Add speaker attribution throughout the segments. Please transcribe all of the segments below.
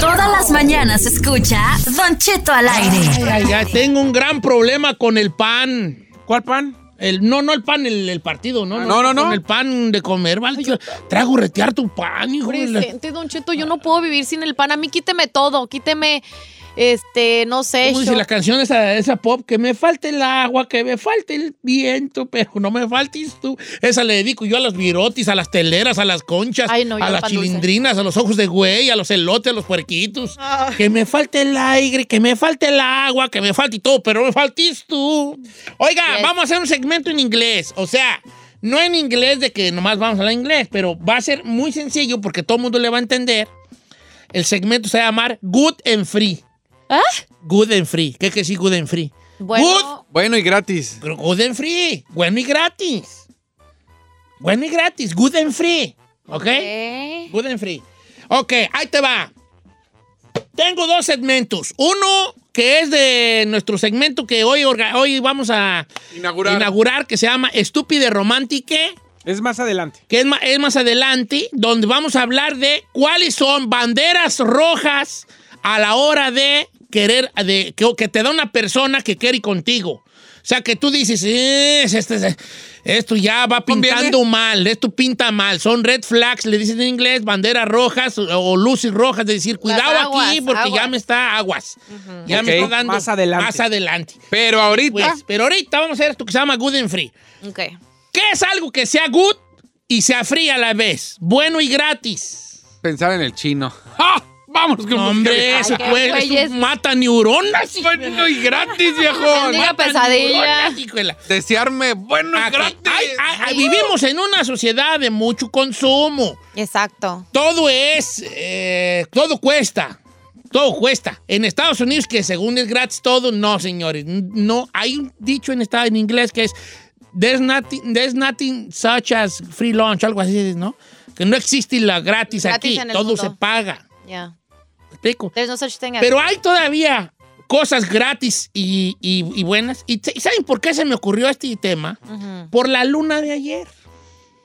Speaker 1: Todas las mañanas escucha Don Cheto al aire.
Speaker 2: Ay, ay, tengo un gran problema con el pan.
Speaker 3: ¿Cuál pan?
Speaker 2: El, no, no el pan, el, el partido, no.
Speaker 3: Ah, no, no, no.
Speaker 2: Con el pan de comer, ¿vale? Trago retear tu pan, hijo. de la- Ah.
Speaker 4: Presente, Don Cheto, yo no puedo vivir sin el pan. A mí quíteme todo, quíteme, este, no sé.
Speaker 2: ¿Cómo dice
Speaker 4: yo-
Speaker 2: la canción esa, esa pop? Que me falte el agua, que me falte el viento, pero no me faltes tú. Esa le dedico yo a las virotis, a las teleras, a las conchas,
Speaker 4: Ay, no, yo
Speaker 2: a
Speaker 4: el
Speaker 2: las
Speaker 4: pan dulce.
Speaker 2: chilindrinas, a los ojos de güey, a los elotes, a los puerquitos.
Speaker 4: Ah.
Speaker 2: Que me falte el aire, que me falte el agua, que me falte todo, pero no me faltes tú. Oiga,
Speaker 4: Yes.
Speaker 2: vamos a hacer un segmento en inglés, o sea... No en inglés de que nomás vamos a hablar inglés, pero va a ser muy sencillo porque todo el mundo le va a entender. El segmento se va a llamar Good and Free.
Speaker 4: ¿Ah?
Speaker 2: Good and free. ¿Qué que sí, good and free?
Speaker 4: Bueno,
Speaker 3: Bueno y gratis.
Speaker 2: Pero good and free. Bueno y gratis. Bueno y gratis. Good and free. ¿Ok?
Speaker 4: ¿eh?
Speaker 2: Good and free. Ok, ahí te va. Tengo dos segmentos. Uno que es de nuestro segmento que hoy, orga- hoy vamos a
Speaker 3: Inaugurar.
Speaker 2: inaugurar, que se llama Estúpide Romántica
Speaker 3: es más adelante.
Speaker 2: que es ma- es más, adelante, donde vamos a hablar de cuáles son banderas rojas a la hora de querer, de, que, que te da una persona que quiere contigo. O sea, que tú dices, "Eh, es este- es- esto ya va
Speaker 3: ¿Conviene?
Speaker 2: pintando mal, esto pinta mal, son red flags, le dicen en inglés, banderas rojas o, o luces rojas, de decir, cuidado aquí
Speaker 4: aguas,
Speaker 2: porque ya
Speaker 4: aguas.
Speaker 2: me está aguas. Ya me
Speaker 3: Ok,
Speaker 2: está dando
Speaker 3: más adelante.
Speaker 2: Más adelante.
Speaker 3: Pero ahorita.
Speaker 4: Ah.
Speaker 2: Pues, Pero ahorita vamos a hacer esto que se llama Good and Free.
Speaker 4: ok.
Speaker 2: ¿Qué es algo que sea good y sea free a la vez? Bueno y gratis.
Speaker 3: pensar en el chino. ¡Ah! ¡Vamos! Que
Speaker 2: No, hombre,
Speaker 4: Ay,
Speaker 2: eso,
Speaker 4: qué
Speaker 2: pues, eso
Speaker 4: güeyes.
Speaker 2: mata neuronas. hijo de-
Speaker 3: Bueno y gratis, viejo.
Speaker 4: Bendiga
Speaker 2: mata
Speaker 4: pesadilla.
Speaker 2: neuronas, hijo de la-
Speaker 3: Desearme bueno y
Speaker 2: Ah, que-
Speaker 3: gratis.
Speaker 2: ay, ay, ay, vivimos en una sociedad de mucho consumo.
Speaker 4: Exacto.
Speaker 2: Todo es, eh, todo cuesta. Todo cuesta. En Estados Unidos, que según es gratis todo, no, señores. No, hay un dicho en, esta- en inglés que es, there's nothing, there's nothing such as free lunch, algo así, ¿no? Que no existe la gratis,
Speaker 4: Gratis
Speaker 2: aquí,
Speaker 4: en el
Speaker 2: todo
Speaker 4: mundo.
Speaker 2: se paga.
Speaker 4: Ya.
Speaker 2: ¿Me explico?
Speaker 4: There's no such thing as-
Speaker 2: Pero hay todavía cosas gratis y, y- y buenas. ¿Y t- saben por qué se me ocurrió este tema?
Speaker 4: Ujú.
Speaker 2: Por la luna de ayer.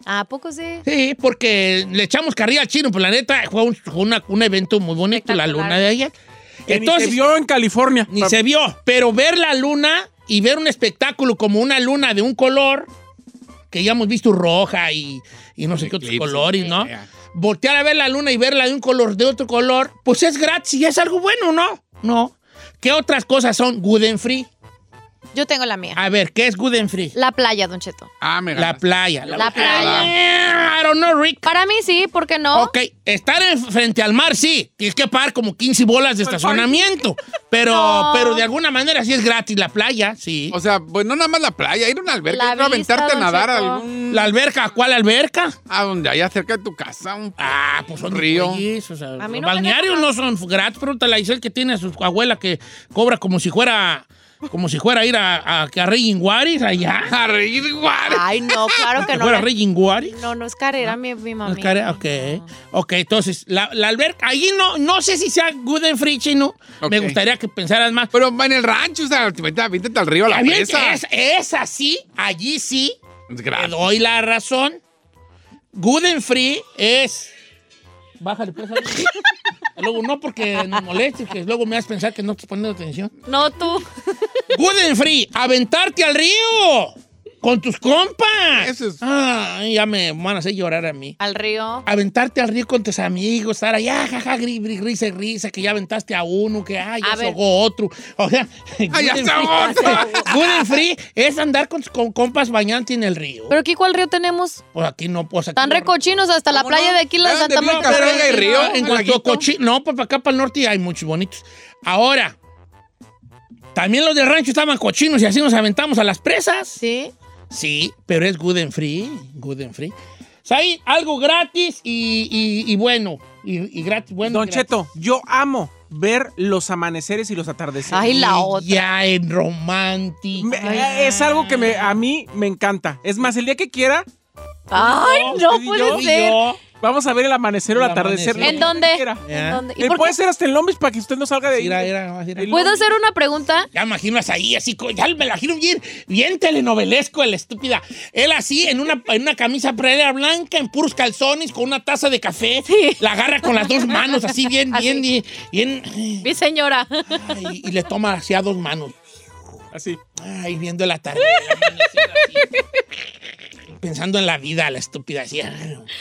Speaker 4: ¿A poco sí?
Speaker 2: Sí, porque le echamos carrilla al chino, pero la neta fue un, fue una- un evento muy bonito, la
Speaker 4: Espectacular.
Speaker 2: luna de ayer.
Speaker 3: Que
Speaker 2: Entonces,
Speaker 3: ni se vio en California.
Speaker 2: ni se vio, pero ver la luna y ver un espectáculo como una luna de un color que ya hemos visto roja y, y no sé qué otros
Speaker 3: Eclipse.
Speaker 2: colores, ¿no? Voltear a ver la luna y verla de un color, de otro color, pues es gratis y es algo bueno, ¿no? No. ¿Qué otras cosas son good and free?
Speaker 4: Yo tengo la mía.
Speaker 2: A ver, ¿qué es good and free?
Speaker 4: La playa, Don Cheto.
Speaker 3: Ah, me
Speaker 2: La
Speaker 3: ganaste.
Speaker 2: playa.
Speaker 4: La
Speaker 2: playa. I don't know, Rick.
Speaker 4: Para mí sí, ¿por qué no?
Speaker 2: Ok, estar en- frente al mar, sí. Tienes que pagar como 15 bolas de estacionamiento. Pero,
Speaker 4: No.
Speaker 2: pero de alguna manera sí es gratis la playa, sí.
Speaker 3: O sea, pues no nada más la playa, ir a una alberca,
Speaker 4: La
Speaker 3: ir a
Speaker 4: vista,
Speaker 3: aventarte a
Speaker 4: don
Speaker 3: nadar a
Speaker 4: Cheto.
Speaker 3: algún.
Speaker 4: mm.
Speaker 2: la alberca, ¿cuál alberca?
Speaker 3: A donde haya cerca de tu casa. Un...
Speaker 2: Ah, pues son
Speaker 3: Río.
Speaker 2: güeyes, o sea,
Speaker 4: A mí
Speaker 2: los
Speaker 4: no me
Speaker 2: balnearios
Speaker 4: dejan.
Speaker 2: no son gratis, pero te la dice el que tiene a su abuela que cobra como si fuera, como si fuera a ir a, a, a Guaris allá.
Speaker 3: A reír, igual.
Speaker 4: Ay, no, claro Ah, que
Speaker 2: ¿Que
Speaker 4: no.
Speaker 2: fuera Reyes Guaris?
Speaker 4: No, no es carrera mi, mi
Speaker 2: No
Speaker 4: mami.
Speaker 2: es care-
Speaker 4: No.
Speaker 2: ok, ok, entonces, la, la alberca, ahí no, no sé si sea good and free, chino.
Speaker 3: Ok.
Speaker 2: Me gustaría que pensaras más.
Speaker 3: Pero va en el rancho, o sea, te vete- aviéntate al río a la
Speaker 2: Está bien que
Speaker 3: presa.
Speaker 2: es, es así, allí sí, te
Speaker 3: Gracias.
Speaker 2: doy la razón. Good and free es. Bájale, pues. algo. luego no, porque nos molestes, que luego me vas a pensar que no estás poniendo atención.
Speaker 4: No, tú.
Speaker 2: Good and free, aventarte al río con tus compas.
Speaker 3: Eso es-
Speaker 2: Ay, ya me van a hacer llorar a mí.
Speaker 4: Al río.
Speaker 2: Aventarte al río con tus amigos, estar allá, jaja, gri, gri, risa y risa, que ya aventaste a uno, que ay, ya
Speaker 4: A
Speaker 2: se
Speaker 4: ver.
Speaker 2: ahogó otro. O sea, good
Speaker 3: ya
Speaker 2: and
Speaker 3: se ahogó
Speaker 2: free- good and free es andar con tus con compas bañante en el río.
Speaker 4: ¿Pero aquí cuál río tenemos?
Speaker 2: Pues aquí no, pues aquí.
Speaker 4: Tan
Speaker 2: no-
Speaker 4: recochinos hasta la
Speaker 3: ¿Cómo no?
Speaker 4: playa de aquí, la de
Speaker 3: Vean, de
Speaker 4: Santa
Speaker 3: Villa
Speaker 4: Marta.
Speaker 3: Castega y
Speaker 4: Sí,
Speaker 3: Río.
Speaker 4: no.
Speaker 2: En cuanto a
Speaker 3: Laguito.
Speaker 2: cochi- no, pues para acá para el norte hay muchos bonitos. Ahora, también los de rancho estaban cochinos y así nos aventamos a las presas.
Speaker 4: Sí.
Speaker 2: Sí, pero es good and free, good and free. O sea, hay algo gratis y, y- y bueno, y, y gratis, bueno.
Speaker 3: Don
Speaker 2: y gratis.
Speaker 3: Cheto, yo amo ver los amaneceres y los atardeceres.
Speaker 4: Ay, la otra.
Speaker 2: Ya en romántico.
Speaker 3: Me- eh, es algo que me, a mí me encanta. Es más, el día que quiera,
Speaker 4: Ay, no
Speaker 2: Tú y yo,
Speaker 4: puede
Speaker 2: tú y
Speaker 4: ser.
Speaker 2: yo.
Speaker 3: Vamos a ver el amanecer o el
Speaker 2: El
Speaker 3: atardecer.
Speaker 2: amanecer.
Speaker 4: ¿En dónde?
Speaker 3: Era.
Speaker 2: Ya.
Speaker 4: ¿En dónde? ¿Y
Speaker 3: Eh,
Speaker 4: por
Speaker 3: puede
Speaker 4: qué?
Speaker 3: ser hasta el Lombis para que usted no salga de ahí.
Speaker 2: Mira, mira, mira.
Speaker 4: ¿Puedo hacer una pregunta?
Speaker 2: Ya imaginas ahí, así, co- ya me la imagino bien, bien telenovelesco, el estúpida. Él así, en una, en una camisa previa blanca, en puros calzones, con una taza de café. La agarra con las dos manos, así, bien,
Speaker 4: Así.
Speaker 2: bien, bien, bien,
Speaker 4: Mi señora.
Speaker 2: ay, y le toma así a dos manos.
Speaker 3: Así.
Speaker 2: Ay, viendo la tarde. el amanecer, así. Pensando en la vida, la estúpida, así,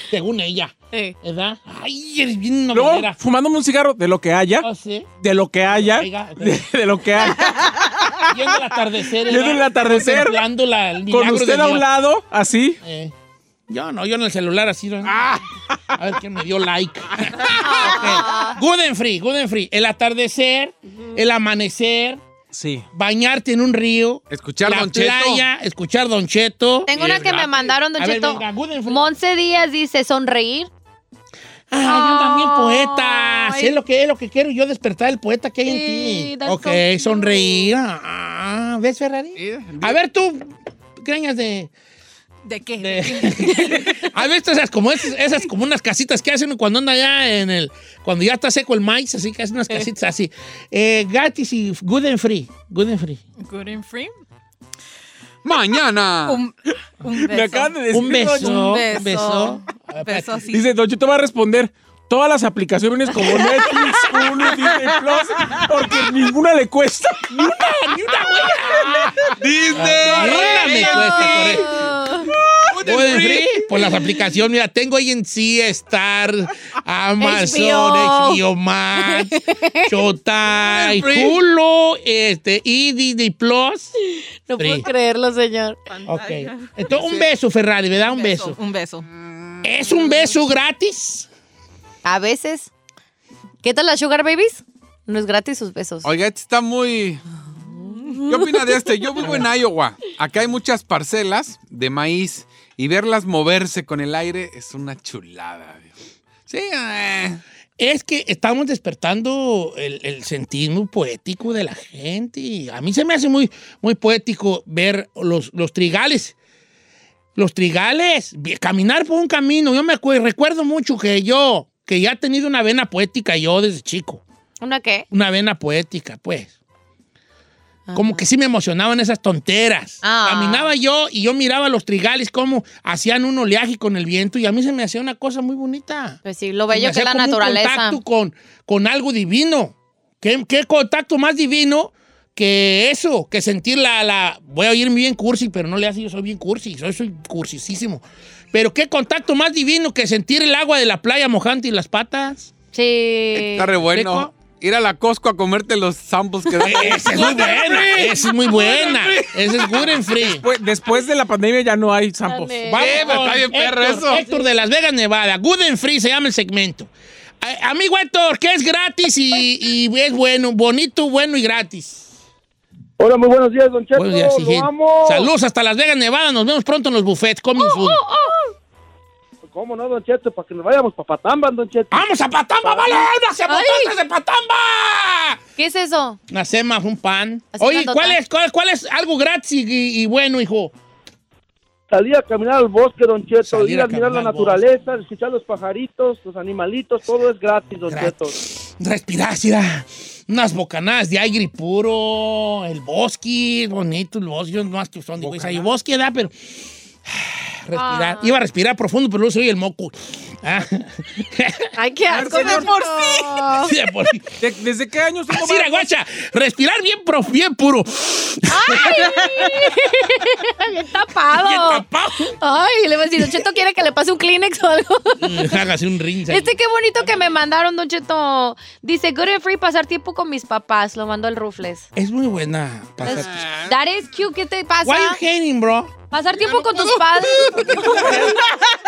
Speaker 2: según ella,
Speaker 4: Eh.
Speaker 2: ¿verdad? Ay, eres bien
Speaker 3: Luego,
Speaker 2: novelera.
Speaker 3: fumándome un cigarro de lo que haya,
Speaker 2: Ah, sí.
Speaker 3: de lo que haya,
Speaker 2: Oiga,
Speaker 3: de, de lo que haya,
Speaker 2: Viendo el atardecer.
Speaker 3: Viendo
Speaker 2: ¿verdad?
Speaker 3: el atardecer.
Speaker 2: Contemplando la, el
Speaker 3: con
Speaker 2: milagro
Speaker 3: usted
Speaker 2: de
Speaker 3: a
Speaker 2: Dios.
Speaker 3: un lado, así.
Speaker 2: Eh, yo no, yo en el celular así. ¿no?
Speaker 3: Ah.
Speaker 2: A ver quién me dio like. Ok. Good and free, good and free. El atardecer, el amanecer,
Speaker 3: Sí.
Speaker 2: bañarte en un río,
Speaker 5: Escuchar
Speaker 2: la
Speaker 5: Don Cheto.
Speaker 2: playa, escuchar Don Cheto.
Speaker 4: Tengo una
Speaker 5: Es
Speaker 4: que me
Speaker 5: gratis.
Speaker 4: mandaron, Don
Speaker 2: A ver,
Speaker 4: Cheto.
Speaker 2: venga, good and free.
Speaker 4: Monse Díaz dice sonreír.
Speaker 2: Ah, yo también poeta.
Speaker 4: Ay.
Speaker 2: Sí, es lo que es lo que quiero yo despertar el poeta que hay
Speaker 4: Sí,
Speaker 2: en ti.
Speaker 4: that's
Speaker 2: Ok,
Speaker 4: so cute.
Speaker 2: sonreír. Ah, ¿Ves, Ferrari? A ver tú, greñas de...
Speaker 6: ¿De qué?
Speaker 2: De- ¿Has visto esas como, esas, esas como unas casitas que hacen cuando anda ya en el. Cuando ya está seco el maíz, así que hacen unas casitas así. Eh, gratis y good and free. Good and free.
Speaker 6: Good and free.
Speaker 5: Mañana.
Speaker 6: Un, un beso.
Speaker 3: Me acaban de decir.
Speaker 2: Un beso.
Speaker 6: Un
Speaker 2: Un beso.
Speaker 6: beso.
Speaker 2: A ver,
Speaker 6: Beso,
Speaker 2: espérate.
Speaker 6: sí.
Speaker 3: Dice, Don Cheto va a responder. Todas las aplicaciones como Netflix, Hulu, Disney Plus, porque ninguna le cuesta.
Speaker 2: ¡Ni una huella!
Speaker 5: Disney.
Speaker 2: ¡Ahora me cuesta, correcto! Good and free por las aplicaciones. Mira, tengo ahí en sí Star, Amazon,
Speaker 4: HBO.
Speaker 2: HBO, Max, Showtime,
Speaker 5: Good and free.
Speaker 2: Hulu, este, y Disney Plus.
Speaker 4: No
Speaker 2: Sí.
Speaker 4: puedo creerlo, señor.
Speaker 2: Ok. Entonces, un beso, Ferrari, ¿verdad? Un beso.
Speaker 6: Un beso.
Speaker 2: ¿Es un beso gratis?
Speaker 4: A veces. ¿Qué tal las Sugar Babies? No es gratis sus besos.
Speaker 5: Oiga, este está muy. ¿Qué opina de este? Yo vivo en Iowa. Acá hay muchas parcelas de maíz y verlas moverse con el aire es una chulada. viejo. Sí, eh.
Speaker 2: Es que estamos despertando el, el sentido poético de la gente. A mí se me hace muy, muy poético ver los, los trigales. Los trigales, vi- caminar por un camino. Yo me acue- recuerdo mucho que yo, que ya he tenido una vena poética yo desde chico.
Speaker 4: ¿Una qué?
Speaker 2: Una vena poética, pues. Como que sí me emocionaban esas tonteras.
Speaker 4: Ah.
Speaker 2: Caminaba yo y yo miraba los trigales como hacían un oleaje con el viento y a mí se me hacía una cosa muy bonita.
Speaker 4: Pues sí, lo bello
Speaker 2: Me
Speaker 4: que es
Speaker 2: hacía
Speaker 4: la
Speaker 2: como un
Speaker 4: naturaleza.
Speaker 2: contacto con, con algo divino. ¿Qué, qué contacto más divino que eso? Que sentir la, la... Voy a oírme bien cursi, pero no le hace, yo soy bien cursi, soy, soy cursisísimo. Pero qué contacto más divino que sentir el agua de la playa mojante y las patas.
Speaker 4: Sí.
Speaker 5: está re bueno.
Speaker 2: seco.
Speaker 5: Ir a la Costco a comerte los samples que
Speaker 2: Esa es muy buena, esa es muy buena. Esa es good and free.
Speaker 3: Pues, después de la pandemia ya no hay zampos.
Speaker 4: Dale.
Speaker 2: Vamos
Speaker 5: Eh, pero
Speaker 2: con
Speaker 5: está bien perro
Speaker 2: Héctor,
Speaker 5: eso.
Speaker 2: Héctor de Las Vegas, Nevada. Good and Free se llama el segmento. A- Amigo Héctor, que es gratis y, y es bueno, bonito, bueno y gratis.
Speaker 7: Hola, muy buenos días, Don Cheto.
Speaker 2: Buenos días,
Speaker 7: lo
Speaker 2: Higgin.
Speaker 7: amo.
Speaker 2: Saludos hasta Las Vegas, Nevada. Nos vemos pronto en los buffets. Coming soon.
Speaker 7: ¿Cómo no, Don Cheto? Para que nos vayamos para Patamban, Don Cheto.
Speaker 2: ¡Vamos a Patamba, vale! ¡Hacia botones de Patamba!
Speaker 4: ¿Qué es eso?
Speaker 2: Una sema, un pan.
Speaker 4: Así
Speaker 2: Oye,
Speaker 4: grandota.
Speaker 2: ¿cuál es, cuál, cuál es algo gratis y, y- y bueno, hijo?
Speaker 7: Salí a caminar al bosque, Don Cheto.
Speaker 2: Salir
Speaker 7: ir
Speaker 2: a
Speaker 7: a mirar la
Speaker 2: caminar al bosque.
Speaker 7: naturaleza, escuchar los pajaritos, los animalitos, todo es gratis, Don
Speaker 2: Gratis. Respirar, mira. Unas bocanadas de aire puro. El bosque, bonito el bosque. Yo No más que son de güeyes ahí. Bosque da, pero.
Speaker 4: Ah.
Speaker 2: Respirar. Iba a respirar profundo, pero luego se oye el moco. Ah.
Speaker 4: Ay, qué asco.
Speaker 3: señor, por
Speaker 4: sí.
Speaker 2: Sí, por-
Speaker 3: De- ¿Desde qué años
Speaker 2: Ah, sí, la guacha, respirar bien, prof- bien puro.
Speaker 4: Bien tapado.
Speaker 2: Bien tapado.
Speaker 4: Ay, le voy a decir, Don Cheto quiere que le pase un Kleenex o algo.
Speaker 2: Mm, Hágase un rinza.
Speaker 4: Este qué bonito que me mandaron, Don Cheto. Dice, good and free, pasar tiempo con mis papás. Lo mandó el Rufles.
Speaker 2: Es muy buena. pasar-
Speaker 4: Es- That is cute, ¿qué te pasa?
Speaker 2: Why you hating, bro?
Speaker 4: Pasar tiempo con tus padres.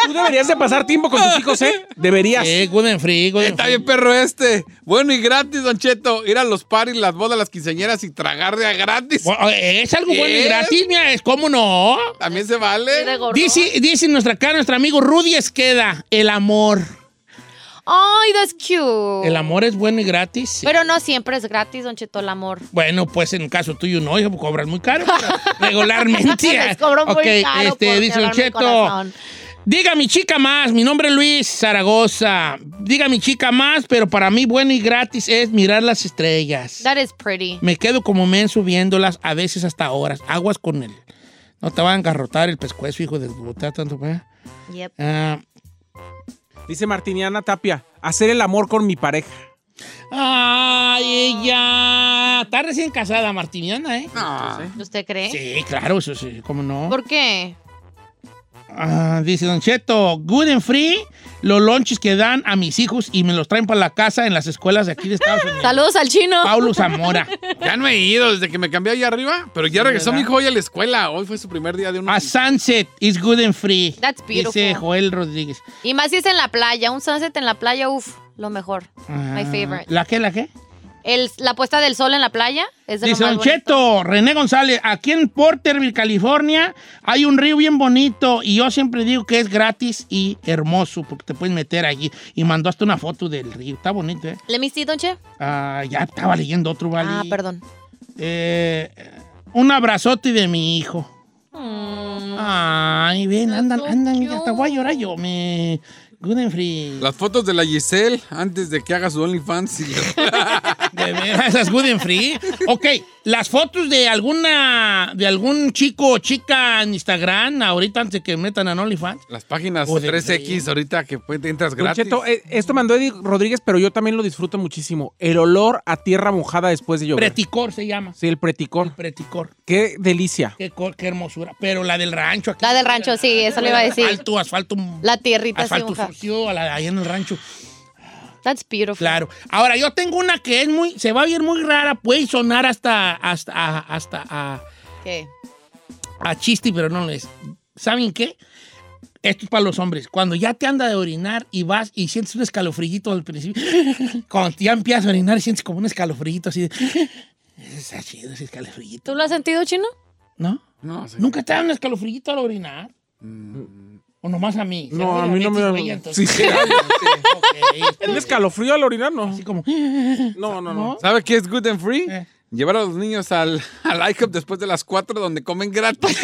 Speaker 3: Tú deberías de pasar tiempo con tus hijos, ¿eh? Deberías.
Speaker 2: Eh, good and free, good and
Speaker 5: Está
Speaker 2: free.
Speaker 5: bien, perro este. Bueno y gratis, Don Cheto. Ir a los paris, las bodas, las quinceañeras y tragar de a gratis.
Speaker 2: Bueno, eh, Es algo bueno y
Speaker 5: Yes.
Speaker 2: gratis, mira, es cómo no.
Speaker 5: También se vale.
Speaker 2: Dice, dice nuestra acá, nuestro amigo Rudy Esqueda, el amor.
Speaker 4: Ay, that's cute.
Speaker 2: ¿El amor es bueno y gratis? Sí.
Speaker 4: Pero no siempre es gratis, Don Cheto, el amor.
Speaker 2: Bueno, pues en el caso tuyo no, hijo, cobras muy caro. pero regularmente.
Speaker 4: Les cobro muy
Speaker 2: Ok, este,
Speaker 4: caro por
Speaker 2: dice Don
Speaker 4: quebrarme el
Speaker 2: Cheto,
Speaker 4: corazón.
Speaker 2: Diga mi chica más, mi nombre es Luis Zaragoza. Diga mi chica más, pero para mí bueno y gratis es mirar las estrellas.
Speaker 4: That is pretty.
Speaker 2: Me quedo como men subiéndolas, a veces hasta horas. Aguas con él. No te van a engarrotar el pescuezo, hijo de puta, tanto. ¿eh?
Speaker 1: Yep.
Speaker 2: Ah,
Speaker 3: Dice Martiniana Tapia, hacer el amor con mi pareja.
Speaker 2: ay, ella. Está recién casada, Martiniana, ¿eh?
Speaker 5: Ah,
Speaker 4: ¿Usted cree?
Speaker 2: Sí, claro, eso sí, cómo no.
Speaker 4: ¿Por qué?
Speaker 2: Ah, dice Don Cheto, good and free, los lonches que dan a mis hijos y me los traen para la casa en las escuelas de aquí de Estados Unidos.
Speaker 4: Saludos al chino.
Speaker 2: Paulo Zamora.
Speaker 5: Ya no he ido desde que me cambié allá arriba, pero ya regresó
Speaker 2: ¿verdad? Ah,
Speaker 5: mi hijo hoy a la escuela. Hoy fue su primer día de un...
Speaker 2: A Sunset is good and free.
Speaker 4: That's
Speaker 2: Dice
Speaker 4: beautiful.
Speaker 2: Joel Rodríguez.
Speaker 4: Y más si es en la playa. Un sunset en la playa, uff, lo mejor. My favorite.
Speaker 2: Ah, ¿La qué, la qué?
Speaker 4: El- la puesta del sol en la playa es de lo
Speaker 2: Dice
Speaker 4: más
Speaker 2: Don
Speaker 4: bonito.
Speaker 2: Cheto, René González, aquí en Porterville, California, hay un río bien bonito y yo siempre digo que es gratis y hermoso porque te puedes meter allí. Y mandó hasta una foto del río. Está bonito, ¿eh?
Speaker 4: ¿Le mistí, Don Che?
Speaker 2: Ah, ya estaba leyendo otro, ¿vale?
Speaker 4: Ah, perdón.
Speaker 2: Eh, un abrazote de mi hijo. Ay, ven, andan, andan, ya hasta voy a llorar yo, me... Good and free.
Speaker 5: Las fotos de la Giselle antes de que haga su OnlyFans. y-
Speaker 2: De veras, esas good and free. Ok, las fotos de alguna, de algún chico o chica en Instagram, ahorita antes de que metan a OnlyFans.
Speaker 5: Las páginas
Speaker 2: Joder,
Speaker 5: 3X ahorita que pues, entras
Speaker 3: Don
Speaker 5: gratis.
Speaker 3: Cheto, eh, esto mandó Eddie Rodríguez, pero yo también lo disfruto muchísimo. El olor a tierra mojada después de llover.
Speaker 2: Preticor se llama.
Speaker 3: sí, el preticón.
Speaker 2: Preticor.
Speaker 3: Qué delicia.
Speaker 2: Qué, cor- qué hermosura. Pero la del rancho aquí.
Speaker 4: La del rancho, sí, eso le iba a decir.
Speaker 2: Asfalto, asfalto.
Speaker 4: La tierrita así
Speaker 2: Asfalto
Speaker 4: mojada.
Speaker 2: sucio, a la- ahí en el rancho.
Speaker 4: That's beautiful.
Speaker 2: Claro. Ahora, yo tengo una que es muy, se va a ver muy rara, puede sonar hasta, hasta, a- hasta a,
Speaker 4: ¿Qué?
Speaker 2: a chiste, pero no lo es. ¿Saben qué? Esto es para los hombres. Cuando ya te anda de orinar y vas y sientes un escalofrillito al principio, cuando ya empiezas a orinar sientes como un escalofrillito así de... Está chido ese escalofrillito,
Speaker 4: ¿Tú lo has sentido, chino?
Speaker 2: ¿no?
Speaker 5: No, sí.
Speaker 2: ¿Nunca te da un escalofrillito al orinar? ¿O nomás a mí?
Speaker 3: Mm. No, a mí no me da-
Speaker 2: Sí, sí.
Speaker 3: ¿Un escalofrío al orinar? No.
Speaker 2: Así como...
Speaker 3: No, no,
Speaker 2: ¿No?
Speaker 3: no.
Speaker 5: ¿Sabe qué es good and free?
Speaker 2: Eh.
Speaker 5: Llevar a los niños al, al IHOP después de las 4 donde comen gratis.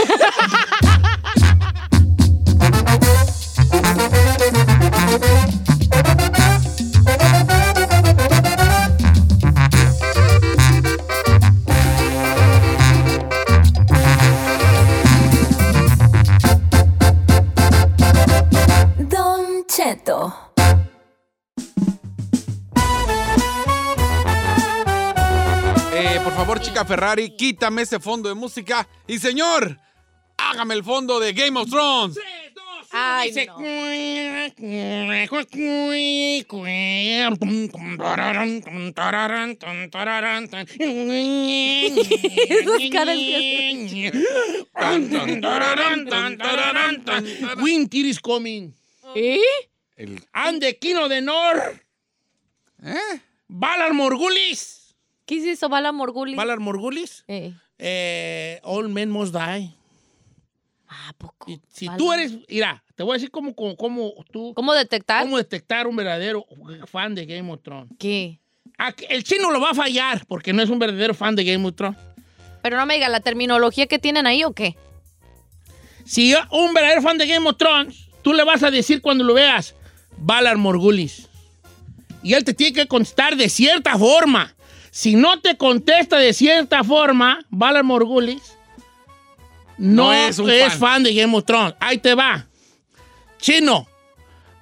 Speaker 6: Don Cheto.
Speaker 5: Eh, por favor, chica Ferrari, quítame ese fondo de música. Y señor, hágame el fondo de Game of Thrones.
Speaker 4: Ay,
Speaker 2: Dice,
Speaker 4: no.
Speaker 2: Winter is coming.
Speaker 4: ¿Eh?
Speaker 5: El-
Speaker 2: And the king of the north.
Speaker 5: ¿Eh?
Speaker 2: Valar Morgulis.
Speaker 4: ¿Qué es eso? Bala Morguli.
Speaker 2: Valar Morgulis.
Speaker 4: Eh.
Speaker 2: Eh, all men must die.
Speaker 4: Ah, ¿a poco.
Speaker 2: Si, si
Speaker 4: Bala-
Speaker 2: tú eres, mira, te voy a decir cómo, cómo, cómo tú,
Speaker 4: ¿Cómo detectar?
Speaker 2: cómo detectar un verdadero fan de Game of Thrones.
Speaker 4: ¿Qué?
Speaker 2: Ah, que El chino lo va a fallar porque no es un verdadero fan de Game of Thrones.
Speaker 4: Pero no me diga, ¿la terminología que tienen ahí o qué?
Speaker 2: Si un verdadero fan de Game of Thrones, tú le vas a decir cuando lo veas, Valar Morgulis. Y él te tiene que contestar de cierta forma. Si no te contesta de cierta forma, Valar Morgulis, no,
Speaker 5: No
Speaker 2: es,
Speaker 5: es un
Speaker 2: fan.
Speaker 5: fan.
Speaker 2: de Game of Thrones. Ahí te va. Chino,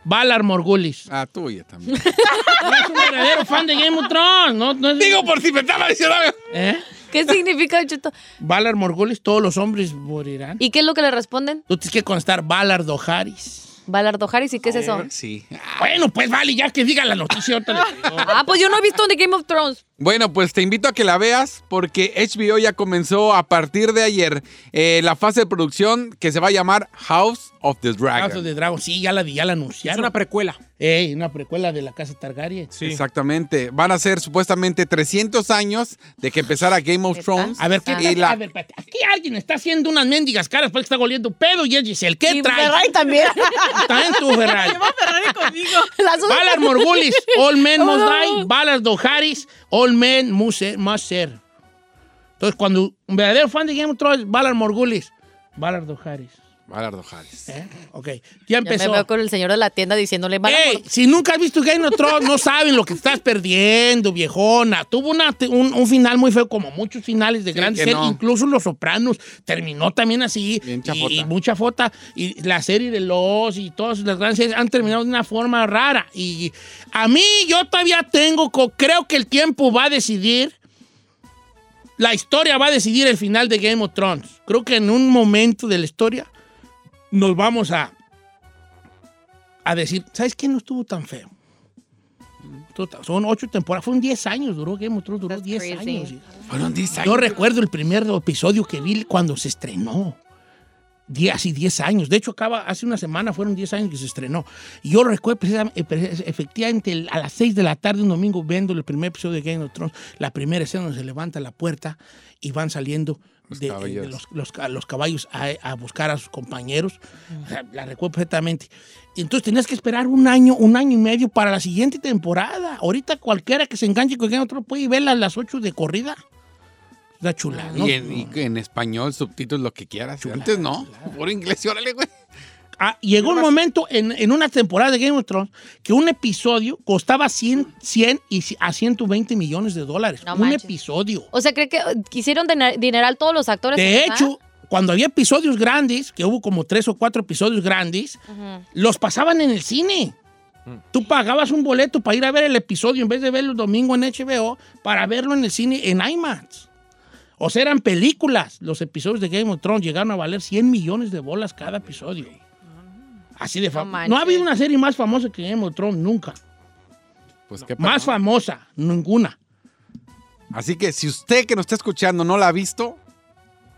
Speaker 2: Valar Morgulis.
Speaker 5: Ah, tuya también.
Speaker 2: No es un verdadero fan de Game of Thrones. No, no es-
Speaker 5: Digo por si me estaba diciendo.
Speaker 2: ¿Eh?
Speaker 4: ¿Qué significa, Cheto?
Speaker 2: Valar Morgulis, todos los hombres morirán.
Speaker 4: ¿Y qué es lo que le responden?
Speaker 2: Tú tienes que constar Valardo Harris.
Speaker 4: Balardojaris, ¿y qué es eso?
Speaker 5: Sí.
Speaker 2: Bueno, pues vale, ya que diga la noticia ahorita le digo.
Speaker 4: Ah, pues yo no he visto The Game of Thrones.
Speaker 5: Bueno, pues te invito a que la veas porque HBO ya comenzó a partir de ayer eh, la fase de producción que se va a llamar House of the Dragon.
Speaker 2: House of the Dragon, sí, ya la, ya la
Speaker 3: Es
Speaker 2: anunciaron.
Speaker 3: una precuela.
Speaker 2: Ey, una precuela de la casa Targaryen.
Speaker 3: Sí.
Speaker 5: Exactamente. Van a ser supuestamente 300 años de que empezara Game of
Speaker 4: ¿Neta?
Speaker 5: Thrones.
Speaker 2: A ver, ¿qué
Speaker 5: Y
Speaker 2: tal?
Speaker 5: la-
Speaker 2: A ver, espérate. Aquí alguien está haciendo unas mendigas caras porque está goliendo pedo y es Giselle. ¿Qué
Speaker 6: Y
Speaker 2: trae?
Speaker 6: Ferrari también.
Speaker 2: Está en tu Ferrari.
Speaker 6: Lleva Ferrari conmigo.
Speaker 4: Las dos-
Speaker 2: Valar Morgulis, All Men Must Die, Valar Doharis, All Men Must Ser. must ser. Entonces, cuando un verdadero fan de Game of Thrones, Valar Morgulis, Valar Doharis,
Speaker 5: Valardo Jales.
Speaker 2: ¿Eh? Ok, ya
Speaker 4: Ya me
Speaker 2: empezó.
Speaker 4: veo con el señor de la tienda diciéndole, "Van a
Speaker 2: Ey, si nunca has visto Game of Thrones, no saben lo que estás perdiendo, viejona. Tuvo una- un, un final muy feo, como muchos finales de
Speaker 5: Sí,
Speaker 2: grandes
Speaker 5: que
Speaker 2: series,
Speaker 5: no.
Speaker 2: incluso Los Sopranos terminó también así.
Speaker 5: Bien chafota.
Speaker 2: y, y mucha fota. Y la serie de Los y todas las grandes series han terminado de una forma rara. Y a mí, yo todavía tengo, co- creo que el tiempo va a decidir. La historia va a decidir el final de Game of Thrones. Creo que en un momento de la historia nos vamos a, a decir, ¿sabes qué no estuvo tan feo? Estuvo tan- Son ocho temporadas, fueron 10 años, duró Game of Thrones, duró
Speaker 4: That's
Speaker 2: 10
Speaker 4: crazy.
Speaker 2: años.
Speaker 5: Fueron 10
Speaker 2: Yo
Speaker 5: años.
Speaker 2: recuerdo el primer episodio que vi cuando se estrenó. Die- así 10 años. De hecho, acaba, hace una semana fueron 10 años que se estrenó. Y yo recuerdo precisam- eh, pre- efectivamente el- a las 6 de la tarde un domingo viendo el primer episodio de Game of Thrones, la primera escena donde se levanta la puerta y van saliendo
Speaker 5: Los
Speaker 2: de, eh, de
Speaker 5: caballeros.
Speaker 2: los, los ca- los caballos a, a buscar a sus compañeros. O sea, la recuerdo perfectamente. Y Entonces tenías que esperar un año, un año y medio para la siguiente temporada. Ahorita cualquiera que se enganche con Game of Thrones puede verla a las 8 de corrida. Una chula, ¿no?
Speaker 5: Ah, Y en, y que en español, subtítulos, lo que quieras. Antes no. Por inglés, y órale, güey.
Speaker 2: Ah, llegó un momento en, en una temporada de Game of Thrones que un episodio costaba 100, 100 y ci- a 120 millones de dólares.
Speaker 4: No
Speaker 2: un
Speaker 4: manches.
Speaker 2: episodio.
Speaker 8: O sea, ¿cree que
Speaker 4: eh,
Speaker 8: quisieron diner- dineral todos los actores?
Speaker 2: De
Speaker 4: ¿Ah?
Speaker 8: ¿verdad?
Speaker 2: hecho, cuando había episodios grandes, que hubo como tres o cuatro episodios grandes, los pasaban en el cine. Tú pagabas un boleto para ir a ver el episodio en vez de verlo el domingo en HBO, para verlo en el cine en IMAX. O sea, eran películas. Los episodios de Game of Thrones llegaron a valer 100 millones de bolas cada episodio. Así de famoso. No,
Speaker 4: manches.
Speaker 2: ha habido una serie más famosa que Game of Thrones, nunca.
Speaker 5: Pues qué
Speaker 2: Más
Speaker 5: padre.
Speaker 2: famosa, ninguna.
Speaker 5: Así que si usted que nos está escuchando no la ha visto,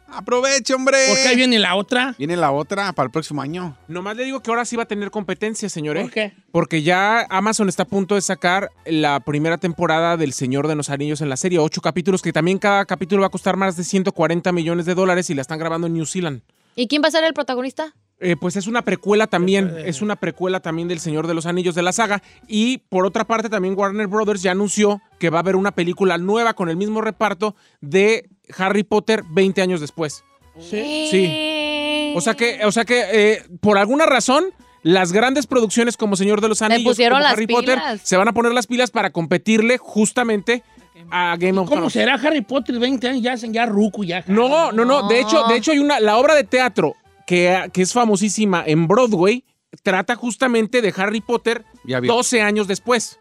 Speaker 5: aproveche, hombre.
Speaker 2: Porque ahí viene la otra.
Speaker 5: Viene la otra para el próximo año.
Speaker 3: Nomás le digo que ahora sí va a tener competencia, señor. ¿eh?
Speaker 2: ¿Por qué?
Speaker 3: Porque ya Amazon está a punto de sacar la primera temporada del Señor de los Anillos en la serie. Ocho capítulos, que también cada capítulo va a costar más de 140 millones de dólares y la están grabando en New Zealand.
Speaker 8: ¿Y quién va a ser el protagonista?
Speaker 3: Eh, pues es una precuela también, es una precuela también del Señor de los Anillos de la saga. Y por otra parte también Warner Brothers ya anunció que va a haber una película nueva con el mismo reparto de Harry Potter 20 años después.
Speaker 2: Sí.
Speaker 3: Sí. O sea que, o sea que eh, por alguna razón, las grandes producciones como Señor de los Anillos,
Speaker 4: pusieron
Speaker 3: como
Speaker 4: las
Speaker 3: Harry Potter,
Speaker 4: pilas.
Speaker 3: se van a poner las pilas para competirle justamente a Game of
Speaker 2: ¿Cómo
Speaker 3: Thrones.
Speaker 2: será Harry Potter 20 años? Ya, ya ruco, ya.
Speaker 3: No, no, no. De hecho, de hecho hay una, la obra de teatro que, que es famosísima en Broadway trata justamente de Harry Potter
Speaker 5: Ya vio.
Speaker 3: 12 años después.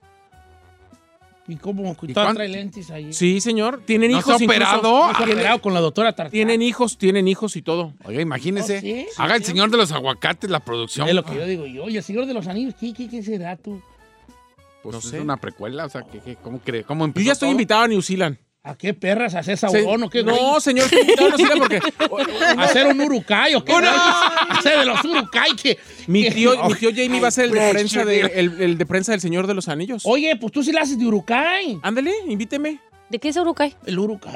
Speaker 2: ¿Y cómo? ¿Y
Speaker 5: cuán-
Speaker 2: trae lentes ahí?
Speaker 3: Sí, señor. Tienen
Speaker 5: ¿No se ha
Speaker 3: hijos. incluso.
Speaker 5: operado?
Speaker 2: Está operado con la doctora Tartar.
Speaker 3: Tienen hijos, tienen hijos y todo.
Speaker 5: Oiga, imagínese.
Speaker 2: Oh, sí, sí,
Speaker 5: Haga el señor de los aguacates la producción.
Speaker 2: Es lo que yo digo yo. Y el Señor de los Anillos, ¿qué, qué, qué será tú?
Speaker 5: Pues
Speaker 3: No
Speaker 5: es
Speaker 3: sé.
Speaker 5: una precuela, o sea, ¿qué, qué, cómo cree? ¿Cómo
Speaker 3: Yo
Speaker 5: empezó
Speaker 3: ya estoy
Speaker 5: todo?
Speaker 3: invitado a New Zealand.
Speaker 2: ¿A qué perras? ¿A hacer
Speaker 3: Se-
Speaker 2: saurón o qué?
Speaker 3: no, señor, estoy invitado a New Zealand porque
Speaker 2: ¿A hacer un urukai o qué? ¿A hacer de los urukai que...
Speaker 3: Mi
Speaker 2: que-
Speaker 3: tío,
Speaker 2: No.
Speaker 3: mi tío Jamie va a ser el de prensa, de, el, el de prensa del Señor de los Anillos.
Speaker 2: Oye, pues tú sí la haces de urukai.
Speaker 3: Ándale, invíteme.
Speaker 8: ¿De qué es Urukai?
Speaker 2: El urukai.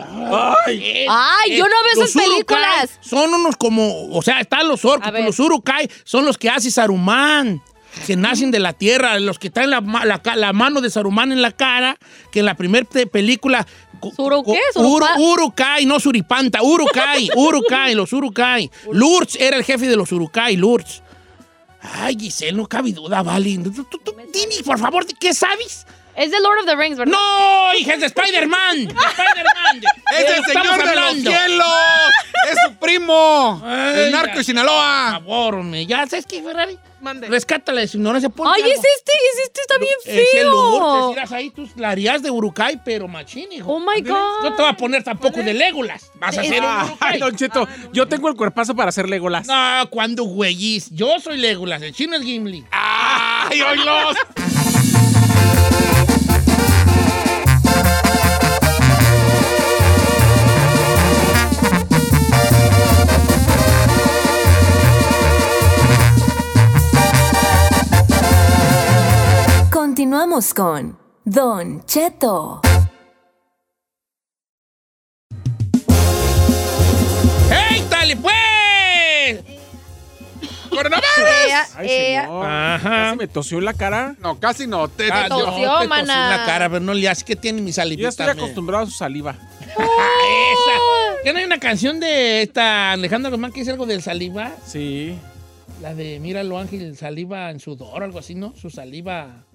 Speaker 2: ¡Ay!
Speaker 8: Ay, yo no veo esas películas.
Speaker 2: Son unos como... O sea, están los orcos.
Speaker 8: A
Speaker 2: pero
Speaker 8: ver.
Speaker 2: Los urukai son los que hace Saruman. Que nacen de la tierra, los que traen la, ma- la ca- la mano de Saruman en la cara, que en la primera película. co-
Speaker 8: ¿Suru qué?
Speaker 2: co- Uru-
Speaker 8: ¿Surupa?
Speaker 2: urukai, no Suripanta, Urukai, Urukai, los Urukai. Lurch era el jefe de los Urukai, Lurch. Ay, Giselle, no cabe duda, vale. Tú- tú- tú Dime, por favor, ¿de qué sabes?
Speaker 8: Es de Lord of the Rings, ¿verdad?
Speaker 2: ¡No, hija, es de Spider-Man! ¡De Spider-Man! de-
Speaker 5: ¡Es
Speaker 2: de-
Speaker 5: el
Speaker 2: estamos
Speaker 5: señor de los
Speaker 2: hablando.
Speaker 5: cielos! ¡Es su primo!
Speaker 2: Ay,
Speaker 5: ¡El narco de
Speaker 2: ya. Por
Speaker 5: Sinaloa!
Speaker 2: favor, hombre, ya sabes qué, Ferrari. Rescátala de su ignorancia. ponte
Speaker 8: Ay, es
Speaker 2: algo.
Speaker 8: este, es este, está bien
Speaker 2: Es el Urtes,
Speaker 8: feo.
Speaker 2: irás ahí, tú la harías de Urukai, pero machín, hijo.
Speaker 8: Oh my God.
Speaker 2: No te voy a poner tampoco de Legolas. Vas a hacer un
Speaker 3: Ay,
Speaker 2: Urukai.
Speaker 3: Don Cheto, yo tengo el cuerpazo para hacer Legolas.
Speaker 2: No, cuando güeyís. Yo soy Legolas, el chino es Gimli.
Speaker 5: ¡Ay, oílos!
Speaker 6: Continuamos con Don Cheto.
Speaker 2: ¡Ey, dale, pues!
Speaker 5: ¡Coronavirus!
Speaker 3: Ay,
Speaker 8: Eh,
Speaker 3: señor.
Speaker 2: Ajá.
Speaker 3: Casi me tosió en la cara.
Speaker 5: No, casi no. Te,
Speaker 2: Ah,
Speaker 8: tosió,
Speaker 2: no, te tosí en
Speaker 8: mana.
Speaker 2: la cara, pero no le hace que tiene mi
Speaker 3: Yo ya
Speaker 2: salivita.
Speaker 3: estoy
Speaker 2: men.
Speaker 3: acostumbrado a su saliva.
Speaker 2: Ah, esa. ¿Ya no hay una canción de esta Alejandra Guzmán que dice algo del saliva?
Speaker 3: Sí.
Speaker 2: La de Míralo Ángel, saliva en sudor, algo así, ¿no? Su saliva.